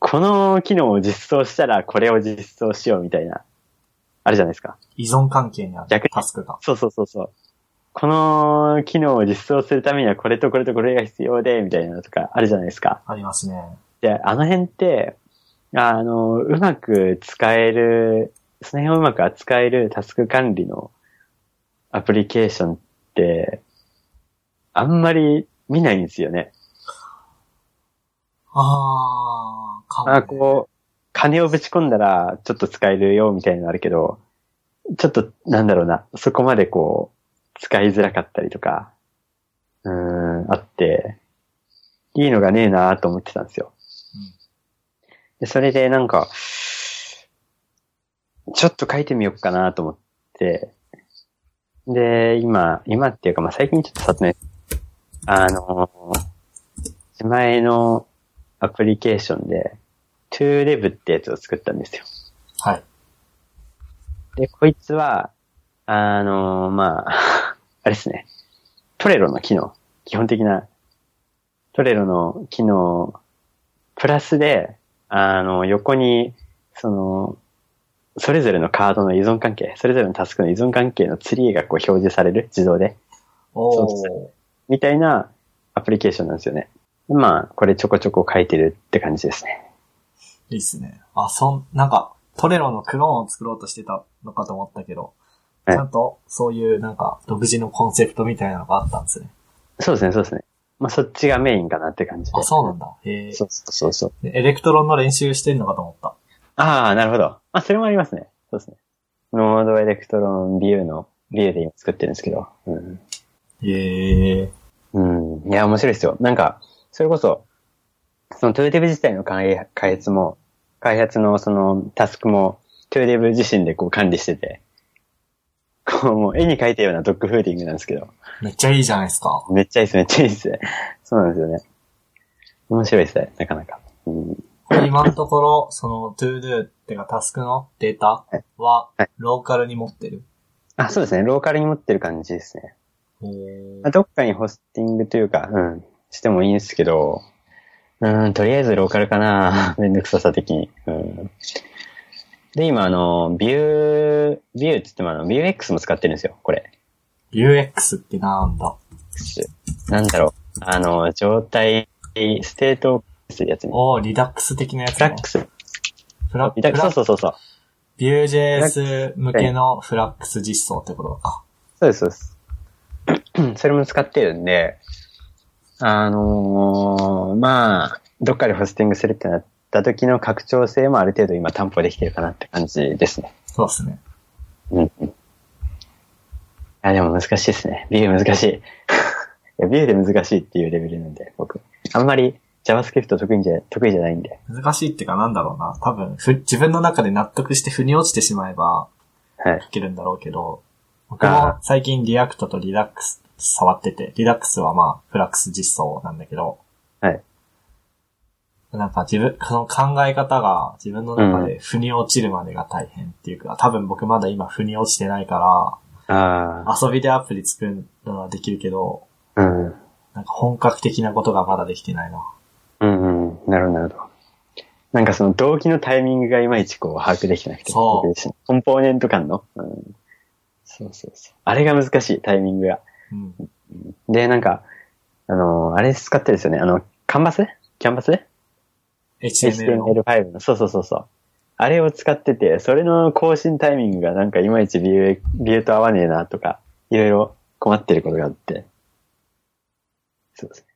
この機能を実装したらこれを実装しようみたいな、あるじゃないですか。依存関係にあ逆るにタスクが。そうそうそうそう。この機能を実装するためにはこれとこれとこれが必要で、みたいなのとかあるじゃないですか。ありますね。で、あの辺って、あの、うまく使える、その辺をうまく扱えるタスク管理のアプリケーションって、あんまり見ないんですよね。あー、かも、ね。あこう、金をぶち込んだらちょっと使えるよみたいなのあるけど、ちょっとなんだろうな、そこまでこう、使いづらかったりとか、うーん、あって、いいのがねえなと思ってたんですよ。うんで、それでなんか、ちょっと書いてみようかなと思って、で、今、今っていうか、まあ、最近ちょっとさてね、あの、自前のアプリケーションで、ToLev ってやつを作ったんですよ。はい。で、こいつは、あの、まあ、 *laughs* あれですね、トレロの機能、基本的な、トレロの機能、プラスで、あの、横に、その、それぞれのカードの依存関係、それぞれのタスクの依存関係のツリーがこう表示される、自動で、おそうー。みたいなアプリケーションなんですよね。まあ、これちょこちょこ書いてるって感じですね。いいっすね。あ、そん、なんか、トレロのクローンを作ろうとしてたのかと思ったけど、ええちゃんとそういうなんか独自のコンセプトみたいなのがあったんですね。そうですね、そうですね。まあ、そっちがメインかなって感じで。あ、そうなんだ。へえそうそうそうそう。でエレクトロンの練習してんのかと思った。ああ、なるほど。まあ、それもありますね。そうですね。ノードエレクトロンビューの、ビューで今作ってるんですけど。うんへえ。うん。いや、面白いですよ。なんか、それこそ、そのトゥーデブ自体の開開発も、開発のそのタスクも、トゥーデブ自身でこう管理してて、こうもう絵に描いたようなドッグフーディングなんですけど、めっちゃいいじゃないですか。めっちゃいいです、めっちゃいいです。そうなんですよね。面白いですね、なかなか。うん、これ今のところ、その to do ってかタスクのデータははいローカルに持ってる。あ、そうですね、ローカルに持ってる感じですね。おまあどっかにホスティングというか、うん、してもいいんですけど、うん、とりあえずローカルかな。 *laughs* めんどくささ的に。うん、で、今、あの、ビュー、ビューって言ってもあの、ビュー X も使ってるんですよ、これ。 UX ってなんだなんだろう。あの、状態、ステートをするやつに。おー、リダックス的なやつフね。ラックス。フラリダックフス。ラそうそうそうそう。ビュー JS 向けのフラックス実装ってことか。そうです、そうです。 *clears throat* それも使ってるんで、あのーまあ、どっかでホスティングするってなった時の拡張性もある程度今担保できてるかなって感じですね。そうですね。うんうん。いや、でも難しいですね。ビュー難しい。い *laughs* や、ビューで難しいっていうレベルなんで、僕。あんまり JavaScript 得意じゃ、得意じゃないんで。難しいっていうかなんだろうな。多分、ふ自分の中で納得して腑に落ちてしまえばはい。書けるんだろうけど、僕あも最近リアクトとリダックス触ってて、リダックスはまあ、フラックス実装なんだけど、はい。なんか自分、その考え方が自分の中で腑に落ちるまでが大変っていうか、多分僕まだ今腑に落ちてないから、あ遊びでアプリ作るのはできるけど、あ、うん。なんか本格的なことがまだできてないな。うんうん。なるほど、なるほど。なんかその動機のタイミングがいまいちこう把握できてなくて。そう僕自身コンポーネント間の、うん。そうそうそう。あれが難しい、タイミングが。うん。で、なんか、あのーあれ使ってるんですよね。あの、カンバスキャンバス HTML の。 HTML5 の。そうそうそうそう。あれを使ってて、それの更新タイミングがなんかいまいちビュー、ビューと合わねえなとか、いろいろ困ってることがあって。そうですね。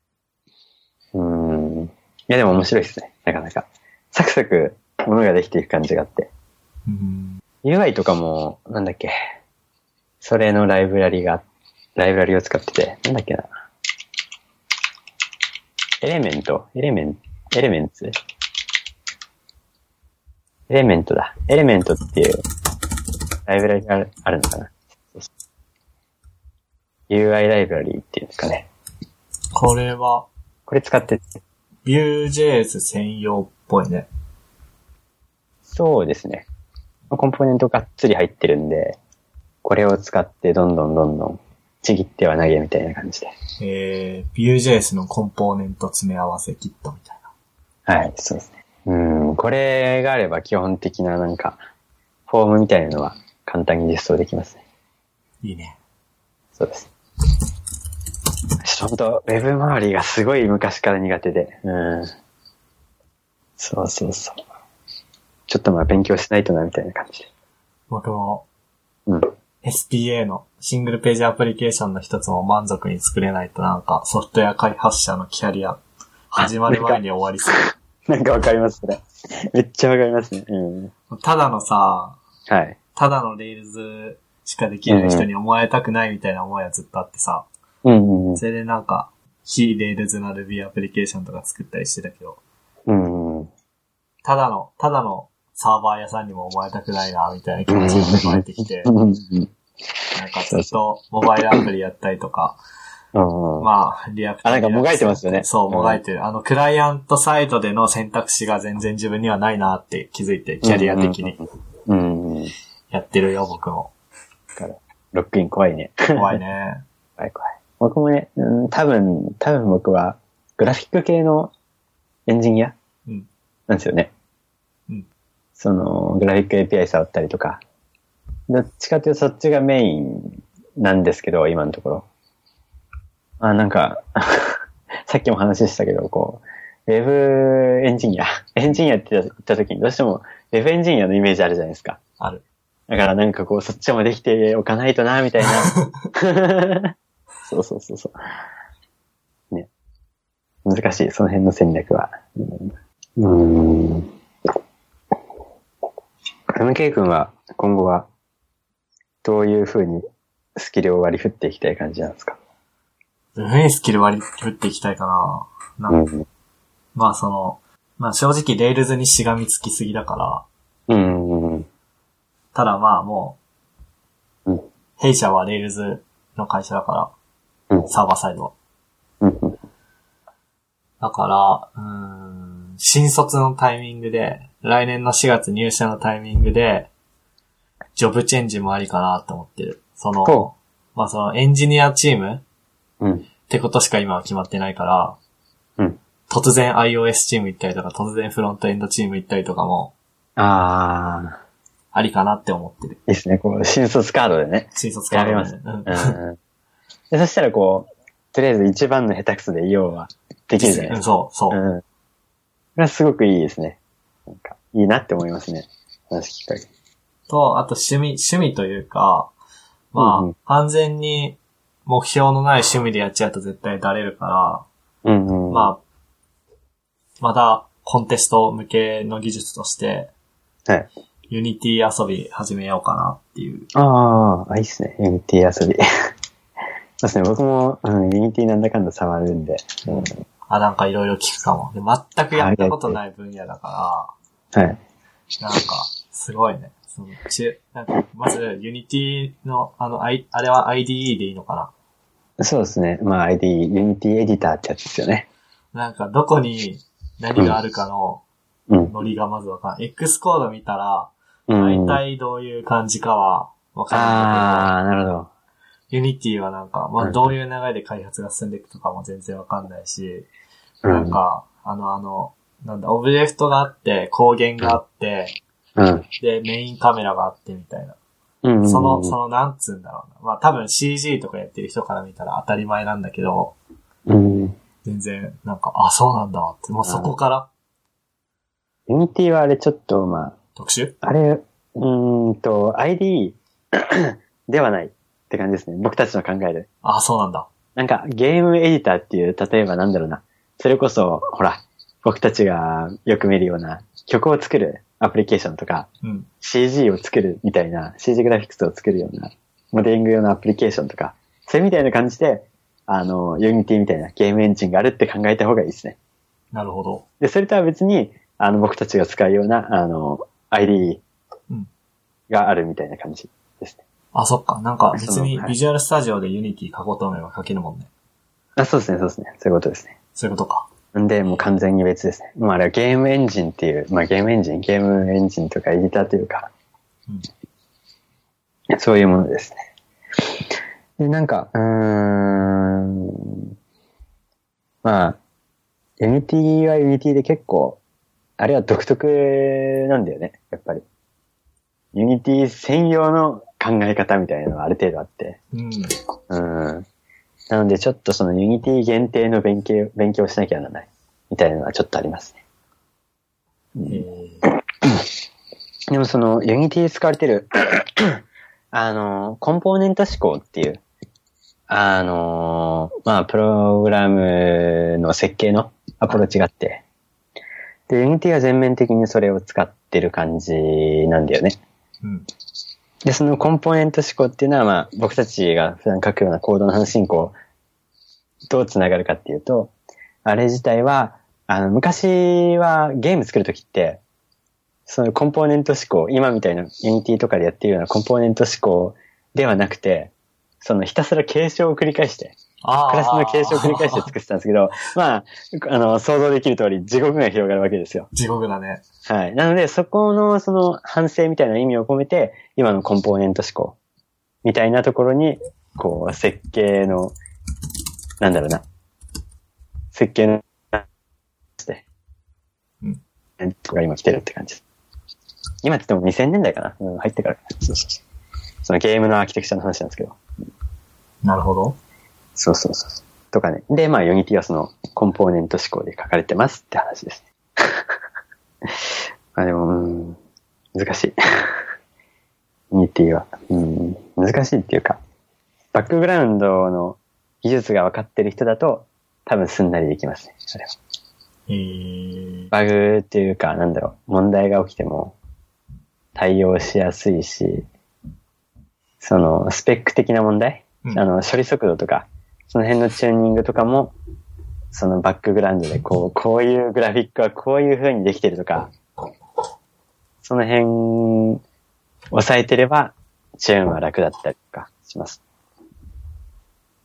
うーん。いやでも面白いですね。なかなか。サクサクものができていく感じがあって。うん。 UI とかも、なんだっけ。それのライブラリが、ライブラリを使ってて、なんだっけな。エレメントエレメン、エレメンツエレメントだ。エレメントっていうライブラリがあるあるのかな。UI ライブラリっていうんですかね。これは、これ使って、 Vue.js 専用っぽいね。そうですね。コンポーネントがっつり入ってるんで、これを使ってどんどんどんどんちぎっては投げみたいな感じで。えー、Vue.js のコンポーネント詰め合わせキットみたいな。はい、そうですね。うん、これがあれば基本的ななんか、フォームみたいなのは簡単に実装できますね。いいね。そうです。ちょっと本当、ウェブ周りがすごい昔から苦手で。うん。そうそうそう。ちょっとまあ勉強しないとな、みたいな感じで。僕もうん。 SPA のシングルページアプリケーションの一つも満足に作れないとなんかソフトウェア開発者のキャリア始まる前に終わりそう。なんかわかります、それ。めっちゃわかりますね。うん。ただのさ、はい。ただのレールズしかできない人に思われたくないみたいな思いはずっとあってさ、うんうんそれでなんか、非レールズな Ruby アプリケーションとか作ったりしてたけど、うん。うん。ただの、ただのサーバー屋さんにも思われたくないな、みたいな気持ちが生まれてきて、なんうんうんかずっとモバイルアプリやったりとか、うん。うん。まあ、リアクトあなんかもがいてますよねそうう、んもがいてる。あの、クライアントサイドでの選択肢が全然自分にはないなって気づいて、キャリア的にうんうん。やってるよ、僕も。からロックイン怖いね。怖いね。怖い怖い。僕もね、うん、多分、多分僕は、グラフィック系のエンジニアうん。なんですよね。うん。その、グラフィック API 触ったりとか。どっちかというとそっちがメインなんですけど、今のところ。あ、なんか、 *laughs* さっきも話したけど、こう、ウェブエンジニア、エンジニアって言った時にどうしても、ウェブエンジニアのイメージあるじゃないですか。ある。だからなんかこう、そっちもできておかないとな、みたいな。 *laughs* そうそうそうそう。ね。難しい、その辺の戦略は。うん。うーん MK 君は今後は、どういう風にスキルを割り振っていきたい感じなんですかどういうふうにスキル割り振っていきたいかな。うなんん。まあ、その、まあ正直、レールズにしがみつきすぎだから、うん。うん。ただまあもう、うん弊社はレールズの会社だから、うんサーバーサイドは。うん。だから、うーん、新卒のタイミングで、来年の4月入社のタイミングで、ジョブチェンジもありかなと思ってる。そほの、まあそのエンジニアチームっうん。てことしか今は決まってないから、うん突然 iOS チーム行ったりとか、突然フロントエンドチーム行ったりとかもあありかなって思ってる。ー、いいですね。こう、新卒カードでね。新卒から、ね。やりますうん。うん。でそしたらこう、とりあえず一番の下手くそで要はできるじゃないうんですそう、そか。う。うん。これはすごくいいですね。なんか、いいなって思いますね。話聞く限り。と、あと趣味、趣味というか、まあ、うんうん完全に目標のない趣味でやっちゃうと絶対だれるかうんら、うん。まあ、まだコンテスト向けの技術として、はい。ユニティ遊び始めようかなっていう。ああ、いいっすね。ユニティ遊び。 *laughs* そうですね。僕も、うん、ユニティなんだかんだ触るんで。うん、あ、なんかいろいろ聞くかも。で全くやったことない分野だかはい。ら、なんか、すごいね。その中なんかまず、ユニティの、あの、あいあれは IDE でいいのかなそうですね。まあ、ID、ユニティエディターってやつですよね。なんか、どこに何があるかのうん。ノリがまずわかんない。X コード見たら、うん大。体どういう感じかはわかんないああ、なるほど。けど、ユニティはなんか、まうあんどういう流れで開発が進んでいくとかも全然わかんないし、うんなんか、あのあの、なんだ、オブジェクトがあって、光源があって、うん。で、メインカメラがあってみたいな。うんうん。その、その、なんつうんだろうな。まあ多分 CG とかやってる人から見たら当たり前なんだけど、うん。全然、なんか、あ、そうなんだって、もうそこからユニティはあれちょっと、まあ、特集あれ、うーんと、ID *coughs* ではないって感じですね。僕たちの考えで。あ、そうなんだ。なんか、ゲームエディターっていう、例えばなんだろうな。それこそ、ほら、僕たちがよく見るような曲を作るアプリケーションとか、うん。 CG を作るみたいな、CG グラフィックスを作るような、モデリング用のアプリケーションとか、それみたいな感じで、あの、ユニティみたいなゲームエンジンがあるって考えた方がいいですね。なるほど。で、それとは別に、あの、僕たちが使うような、あの、ID うんがあるみたいな感じですね。あ、そっか。なんか別にそうはいビジュアルスタジオでユニティ書こうと思えば書けるもんね。あ、そうですね、そうですね。そういうことですね。そういうことか。んで、もう完全に別ですね。もうあれはゲームエンジンっていう、まあゲームエンジン、ゲームエンジンとかエディターというか、そういうものですね。で、なんか、うーん、まあ、ユニティはユニティで結構、あれは独特なんだよね、やっぱり。ユニティ専用の考え方みたいなのがある程度あって。うん。うん。なので、ちょっとそのユニティ限定の勉強、勉強をしなきゃならない。みたいなのはちょっとありますね。えーでもその、ユニティで使われてる、 *coughs* あの、コンポーネント思考っていう、あの、まあ、プログラムの設計のアプローチがあって、で、ユニティは全面的にそれを使ってる感じなんだよね。うん。で、そのコンポーネント思考っていうのは、まあ、僕たちが普段書くようなコードの話にこう、どう繋がるかっていうと、あれ自体は、あの、昔はゲーム作るときって、そのコンポーネント思考、今みたいなユニティとかでやってるようなコンポーネント思考ではなくて、そのひたすら継承を繰り返して、あクラスの継承を繰り返して作ってたんですけど、まあ、あの、想像できる通り地獄が広がるわけですよ。 *laughs* 地獄だね。はい。なので、そこの、その、反省みたいな意味を込めて、今のコンポーネント思考、みたいなところに、こう、設計の、なんだろうな、設計の、して、うん。が今来てるって感じです。今って言っても2000年代かな、うん、入ってからかな。そうそうそう。そのゲームのアーキテクチャの話なんですけど。なるほど。そうそうそうそう。とかね。で、まあ、ユニティはその、コンポーネント思考で書かれてますって話ですね。 *laughs* まあでも、うん、難しい。ユニティは、うん、難しいっていうか、バックグラウンドの技術が分かってる人だと、多分すんなりできますね。それはえー、バグっていうか、なんだろう、問題が起きても対応しやすいし、その、スペック的な問題、うんあの、処理速度とか、その辺のチューニングとかも、そのバックグラウンドで、こう、こういうグラフィックはこういう風にできてるとか、その辺、抑えてれば、チューンは楽だったりとかします。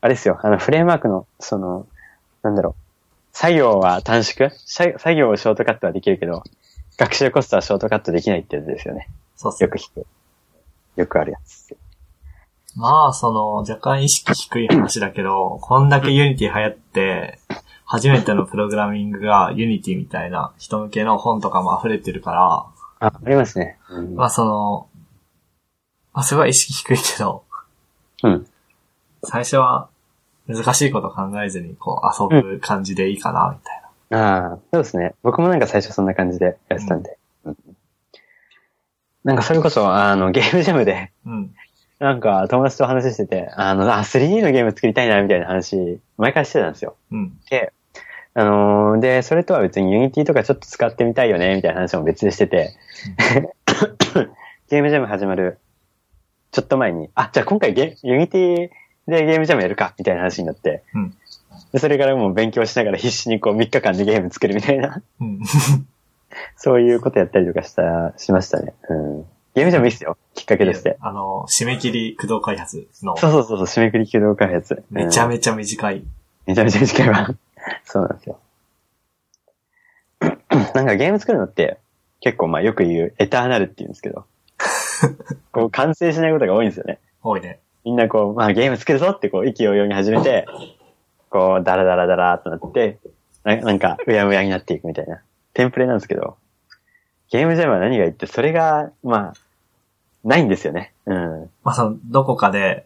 あれですよ、あの、フレームワークの、その、なんだろう、作業は短縮作作業をショートカットはできるけど、学習コストはショートカットできないってやつですよね。そうっすよね。く聞く。よくあるやつ。まあ、その、若干意識低い話だけど、こんだけユニティ流行って、初めてのプログラミングがユニティみたいな人向けの本とかも溢れてるかあ、ら、ありますね。うんまあその、まあすごい意識低いけど、うん。最初は難しいこと考えずにこう遊ぶ感じでいいかな、みたいな。ああ、そうですね。僕もなんか最初そんな感じでやってたんで。うんなんかそれこそ、あの、ゲームジャムで、うん。なんか友達と話してて、あの、あ 3D のゲーム作りたいな、みたいな話、毎回してたんですよ。うん。で、あのーで、それとは別に Unity とかちょっと使ってみたいよね、みたいな話も別でしてて、 *coughs* ゲームジャム始まる、ちょっと前に、あ、じゃあ今回ゲ、Unity でゲームジャムやるか、みたいな話になって、うんでそれからもう勉強しながら必死にこう3日間でゲーム作るみたいな、うん。そういうことやったりとかした、しましたね。うん。ゲームジャムいいっすよ、きっかけとして。 *laughs* あの、締め切り駆動開発のそうそうそうそう、締めくり起動開発。めちゃめちゃ。めちゃ短い。めちゃめちゃ短いわ。 *laughs* そうなんですよ。 *coughs* なんかゲーム作るのって、結構まあよく言う、エターナルって言うんですけ *laughs* ど、こう完成しないことが多いんですよね。多いね。みんなこう、まあゲーム作るぞってこう、意気揚々に始めて、こう、ダラダラダラーとなって、ななんか、うやうやになっていくみたいな、テンプレなんですけど、ゲームジャムは何が言って、それが、まあ、ないんですよね。うん。まあその、どこかで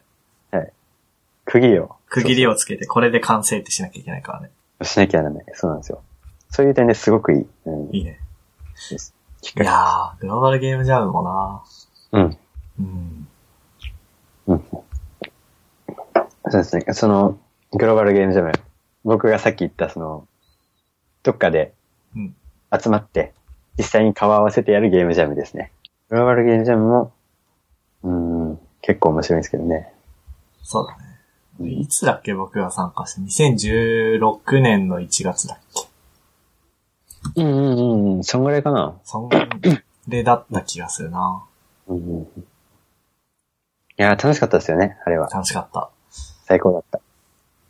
区切りを。区切りをつけて、これで完成ってしなきゃいけないからね。しなきゃならない。そうなんですよ。そういう点ですごくいい。うん。いいね。です。いやー、グローバルゲームジャムもなうん。うん。うん。そうですね。その、グローバルゲームジャム。僕がさっき言った、その、どっかでうん。集まって、実際に顔を合わせてやるゲームジャムですね。グローバルゲームジャムも、うん、結構面白いんですけどね。そうだね。いつだっけ僕が参加して、2016年の1月だっうけんうんうん、そんぐらいかな。そんでだった気がするなうんうんうん、いやー、楽しかったですよね、あれは。楽しかった。最高だった。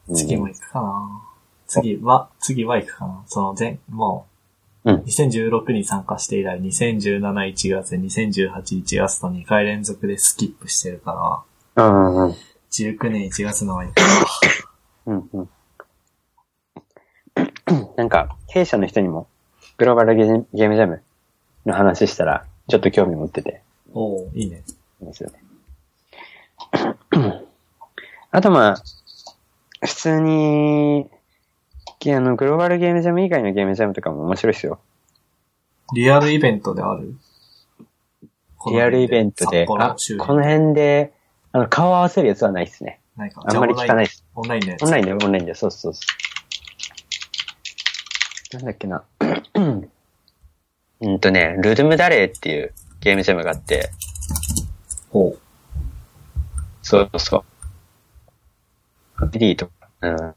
うん次も行くかな次は、次は行くかなその前、もう、うん2016に参加して以来、2017、1月、2018、1月と2回連続でスキップしてるから、うんうんうん。 19年1月のは行くうんうん *coughs* なんか、弊社の人にも、グローバルゲーゲームジャムの話したら、ちょっと興味持ってて、おーいいね。いいですよね。 *coughs* あとまあ、普通に、あの、グローバルゲームジャム以外のゲームジャムとかも面白いですよ。リアルイベントであるリアルイベントで、このあ、周この辺。辺で、あの、顔合わせるやつはないですね。ないかあんまり聞かないです。オンラインのやつオンラインで、オンラインで、そうそうそう。なんだっけな。 *clears throat* うんとね、ルルムダレーっていうゲームジャムがあって、ほう。そうそう。D とか、うん。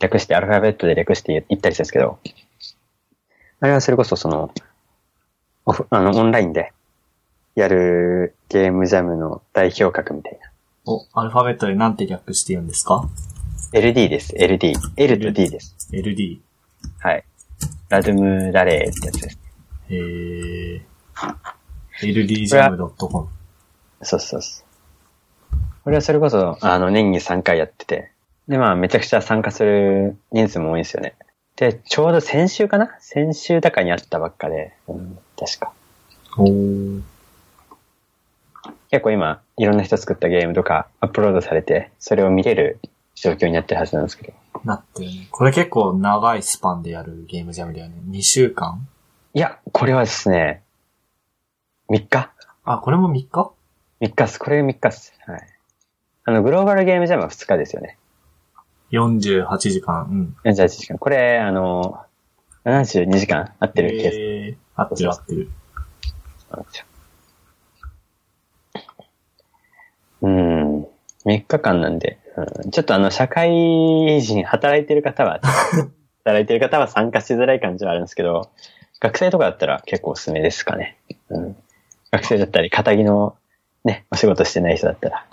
略して、アルファベットで略して言ったりするんですけど、あれはそれこそその、オフ、あの、オンラインでやるゲームジャムの代表格みたいな。お、アルファベットでなんて略して言うんですか LD です、LD。L と D です。 ?LD。はい。ラドゥムダレーってやつです。えー、ldjam.com。そうそうそう。これはそれこそ、あの、年に3回やってて。で、まあ、めちゃくちゃ参加する人数も多いんですよね。で、ちょうど先週かな先週だかにあったばっかで、うん、確か。おー結構今、いろんな人作ったゲームとかアップロードされて、それを見れる状況になってるはずなんですけど。なってるね。これ結構長いスパンでやるゲームジャムだよね。2週間いや、これはですね、3日あ、これも3日 ?3 日っす。これ3日っす。はい。あの、グローバルゲームジャムは2日ですよね。 ?48 時間。うん。 48時間。これ、あの、72時間合ってるケースえー、合ってる合ってる。なんですよ。うん。3日間なんで、うん、ちょっとあの、社会人働いてる方は、働いてる方は参加しづらい感じはあるんですけど、学生とかだったら結構おすすめですかね。うん、学生だったり、肩着のね、お仕事してない人だったら。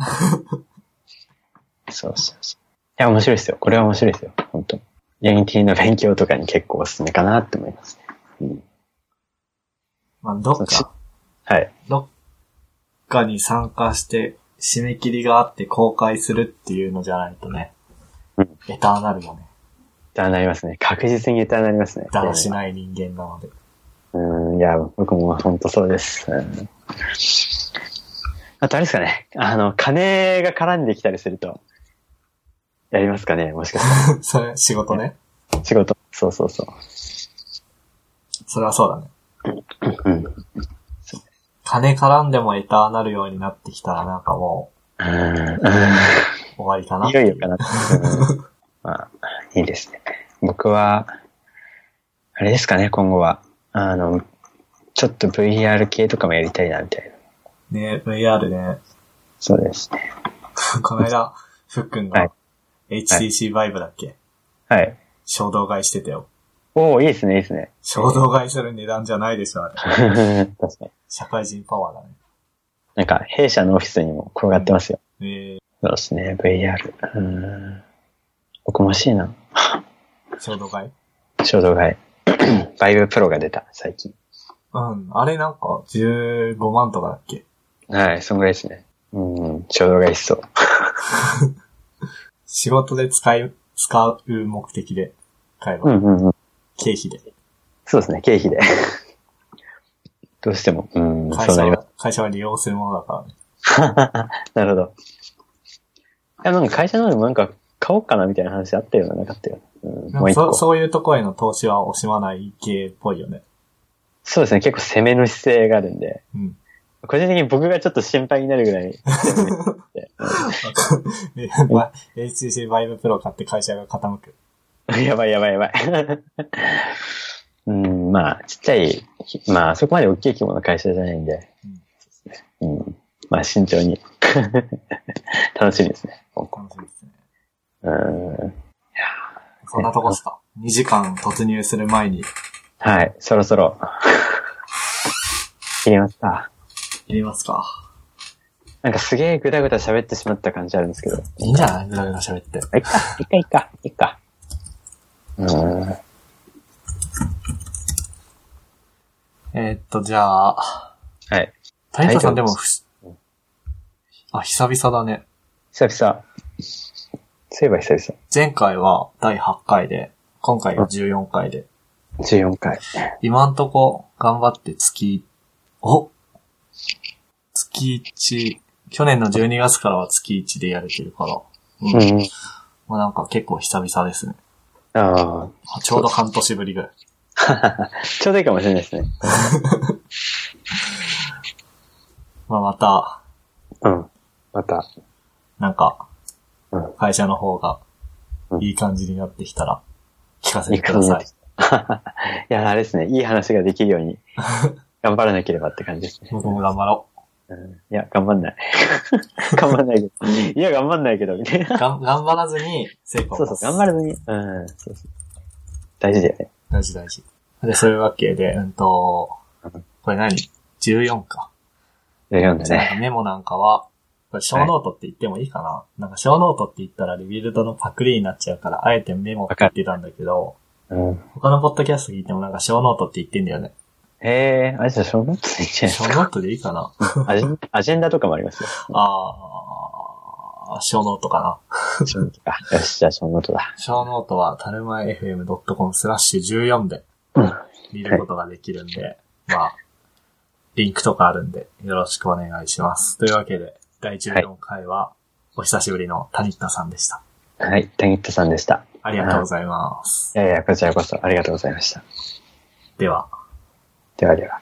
そうそうそう。いや、面白いですよ。これは面白いですよ。本当に。ユニティの勉強とかに結構おすすめかなって思いますね。うん、まあ、どっそうしか、はい。どっかに参加して、締め切りがあって公開するっていうのじゃないとねうん、エターナルがね、だなりますね。確実にエターになりますね。だらしない人間なので。うん、いや、僕も本当そうです。うんあとあれですかね。あの、金が絡んできたりすると、やりますかねもしかした *laughs* それ、仕事ね。 *laughs* ら。仕事。そうそうそう。それはそうだね。うん。金絡んでもエターナルようになってきたらなんかもうんう終わりかな。いよいよかな。うんまあ、いいですね。僕は、あれですかね、今後は。あの、ちょっと VR 系とかもやりたいな、みたいな。ね、VR ね。 *laughs* そうですね。この間、ふっくんはいが HTC バイブだっけはい。衝動買いしてたよ。おおいいですね、いいです *laughs* ね。衝動買いする値段じゃないでしょ、あれ。確かに。社会人パワーだね。なんか、弊社のオフィスにも転がってますよ。えそうですね、VR。うーん。おこましいな。ー、衝動買い衝動買い。 *clears throat* バイブプロが出た、最近。うん。あれなんか、15万とかだっけはい、そんぐらいですね。うん、衝動買いしそう。仕事で使い、使う目的で買えば、うんうんうん。経費で。そうですね、経費で。 *laughs* どうしても、うん、会そうな社りまは、会社は利用するものだからね。す。 *laughs* なるほど。いや、なんか会社のでもなんか買おうかなみたいな話あったような、なかったような。うん、なもうんか一個そそういうとこへの投資は惜しまない系っぽいよね。そうですね、結構攻めの姿勢があるんで、うん。個人的に僕がちょっと心配になるぐら *laughs* い、でま HTC Vive Pro 買って会社が傾く。 *laughs* やばいやばいやばい。うん、まあ、ちっちゃい、まあ、そこまで大きい規模の会社じゃないんで、うん、まあ、慎重に。 *laughs* 楽しみですね。楽しみですね。うん、そんなとこっすか。2時間突入する前にはい、そろそろ。切れますか。入れますか。なんかすげえぐだぐだ喋ってしまった感じあるんですけど。いいんじゃないぐだぐだ喋って。あいっか、いっか、いっか、いっか。うん。えーっと、じゃあ、はい。タイトさんタでイトルもふし、あ、久々だね。久々。そういえば久々。前回は第8回で、今回が14回で、 14回。今んとこ頑張って月、お月1、去年の12月からは月1でやれてるから、うん。もうん。うなんか結構久々ですね。ああちょうど半年ぶりぐらい。あ。 *laughs* ちょうどいいかもしれないですね。まあまた、うん。また。なんかうん、会社の方がう、んいい感じになってきたら、聞かせいていく感だじさでいす。 *laughs* いや、あれですね。いい話ができるよう *laughs* に、頑張らなければって感じですね。僕も頑張ろうんいや、頑張んない。 *laughs* 頑張んないけど。 *laughs* いや、頑張んないけど、みたいなう。。がん頑張らずに、成果を *laughs* そう出そうす、頑張らずに。うん、そうそう。大事だよね。大事大事。で、そういうわけで、うんとうん、これ何 ?14 か。読んでなんね。かメモなんかは、これ小ノートって言ってもいいかな、なんか小ノートって言ったらリビルドのパクリになっちゃうから、あえてメモって言ってたんだけど、うん。他のポッドキャスト聞いてもなんか小ノートって言ってんだよね。えー、あれじゃあ、小学生いっちゃい小ノートでいいかなアジェンアジェンダとかもありますよ。あー、小ノートかな。小ノートか。よし、じゃあ小ノートだ。小ノートは、たるま FM.com スラッシュ14でうん見ることができるんで、まあ、リンクとかあるんで、よろしくお願いします。というわけで、第14回は、お久しぶりの谷田さんでした。はい、タニットさんでした。ありがとうございます。いやいや、こちらこそありがとうございました。では。ではでは。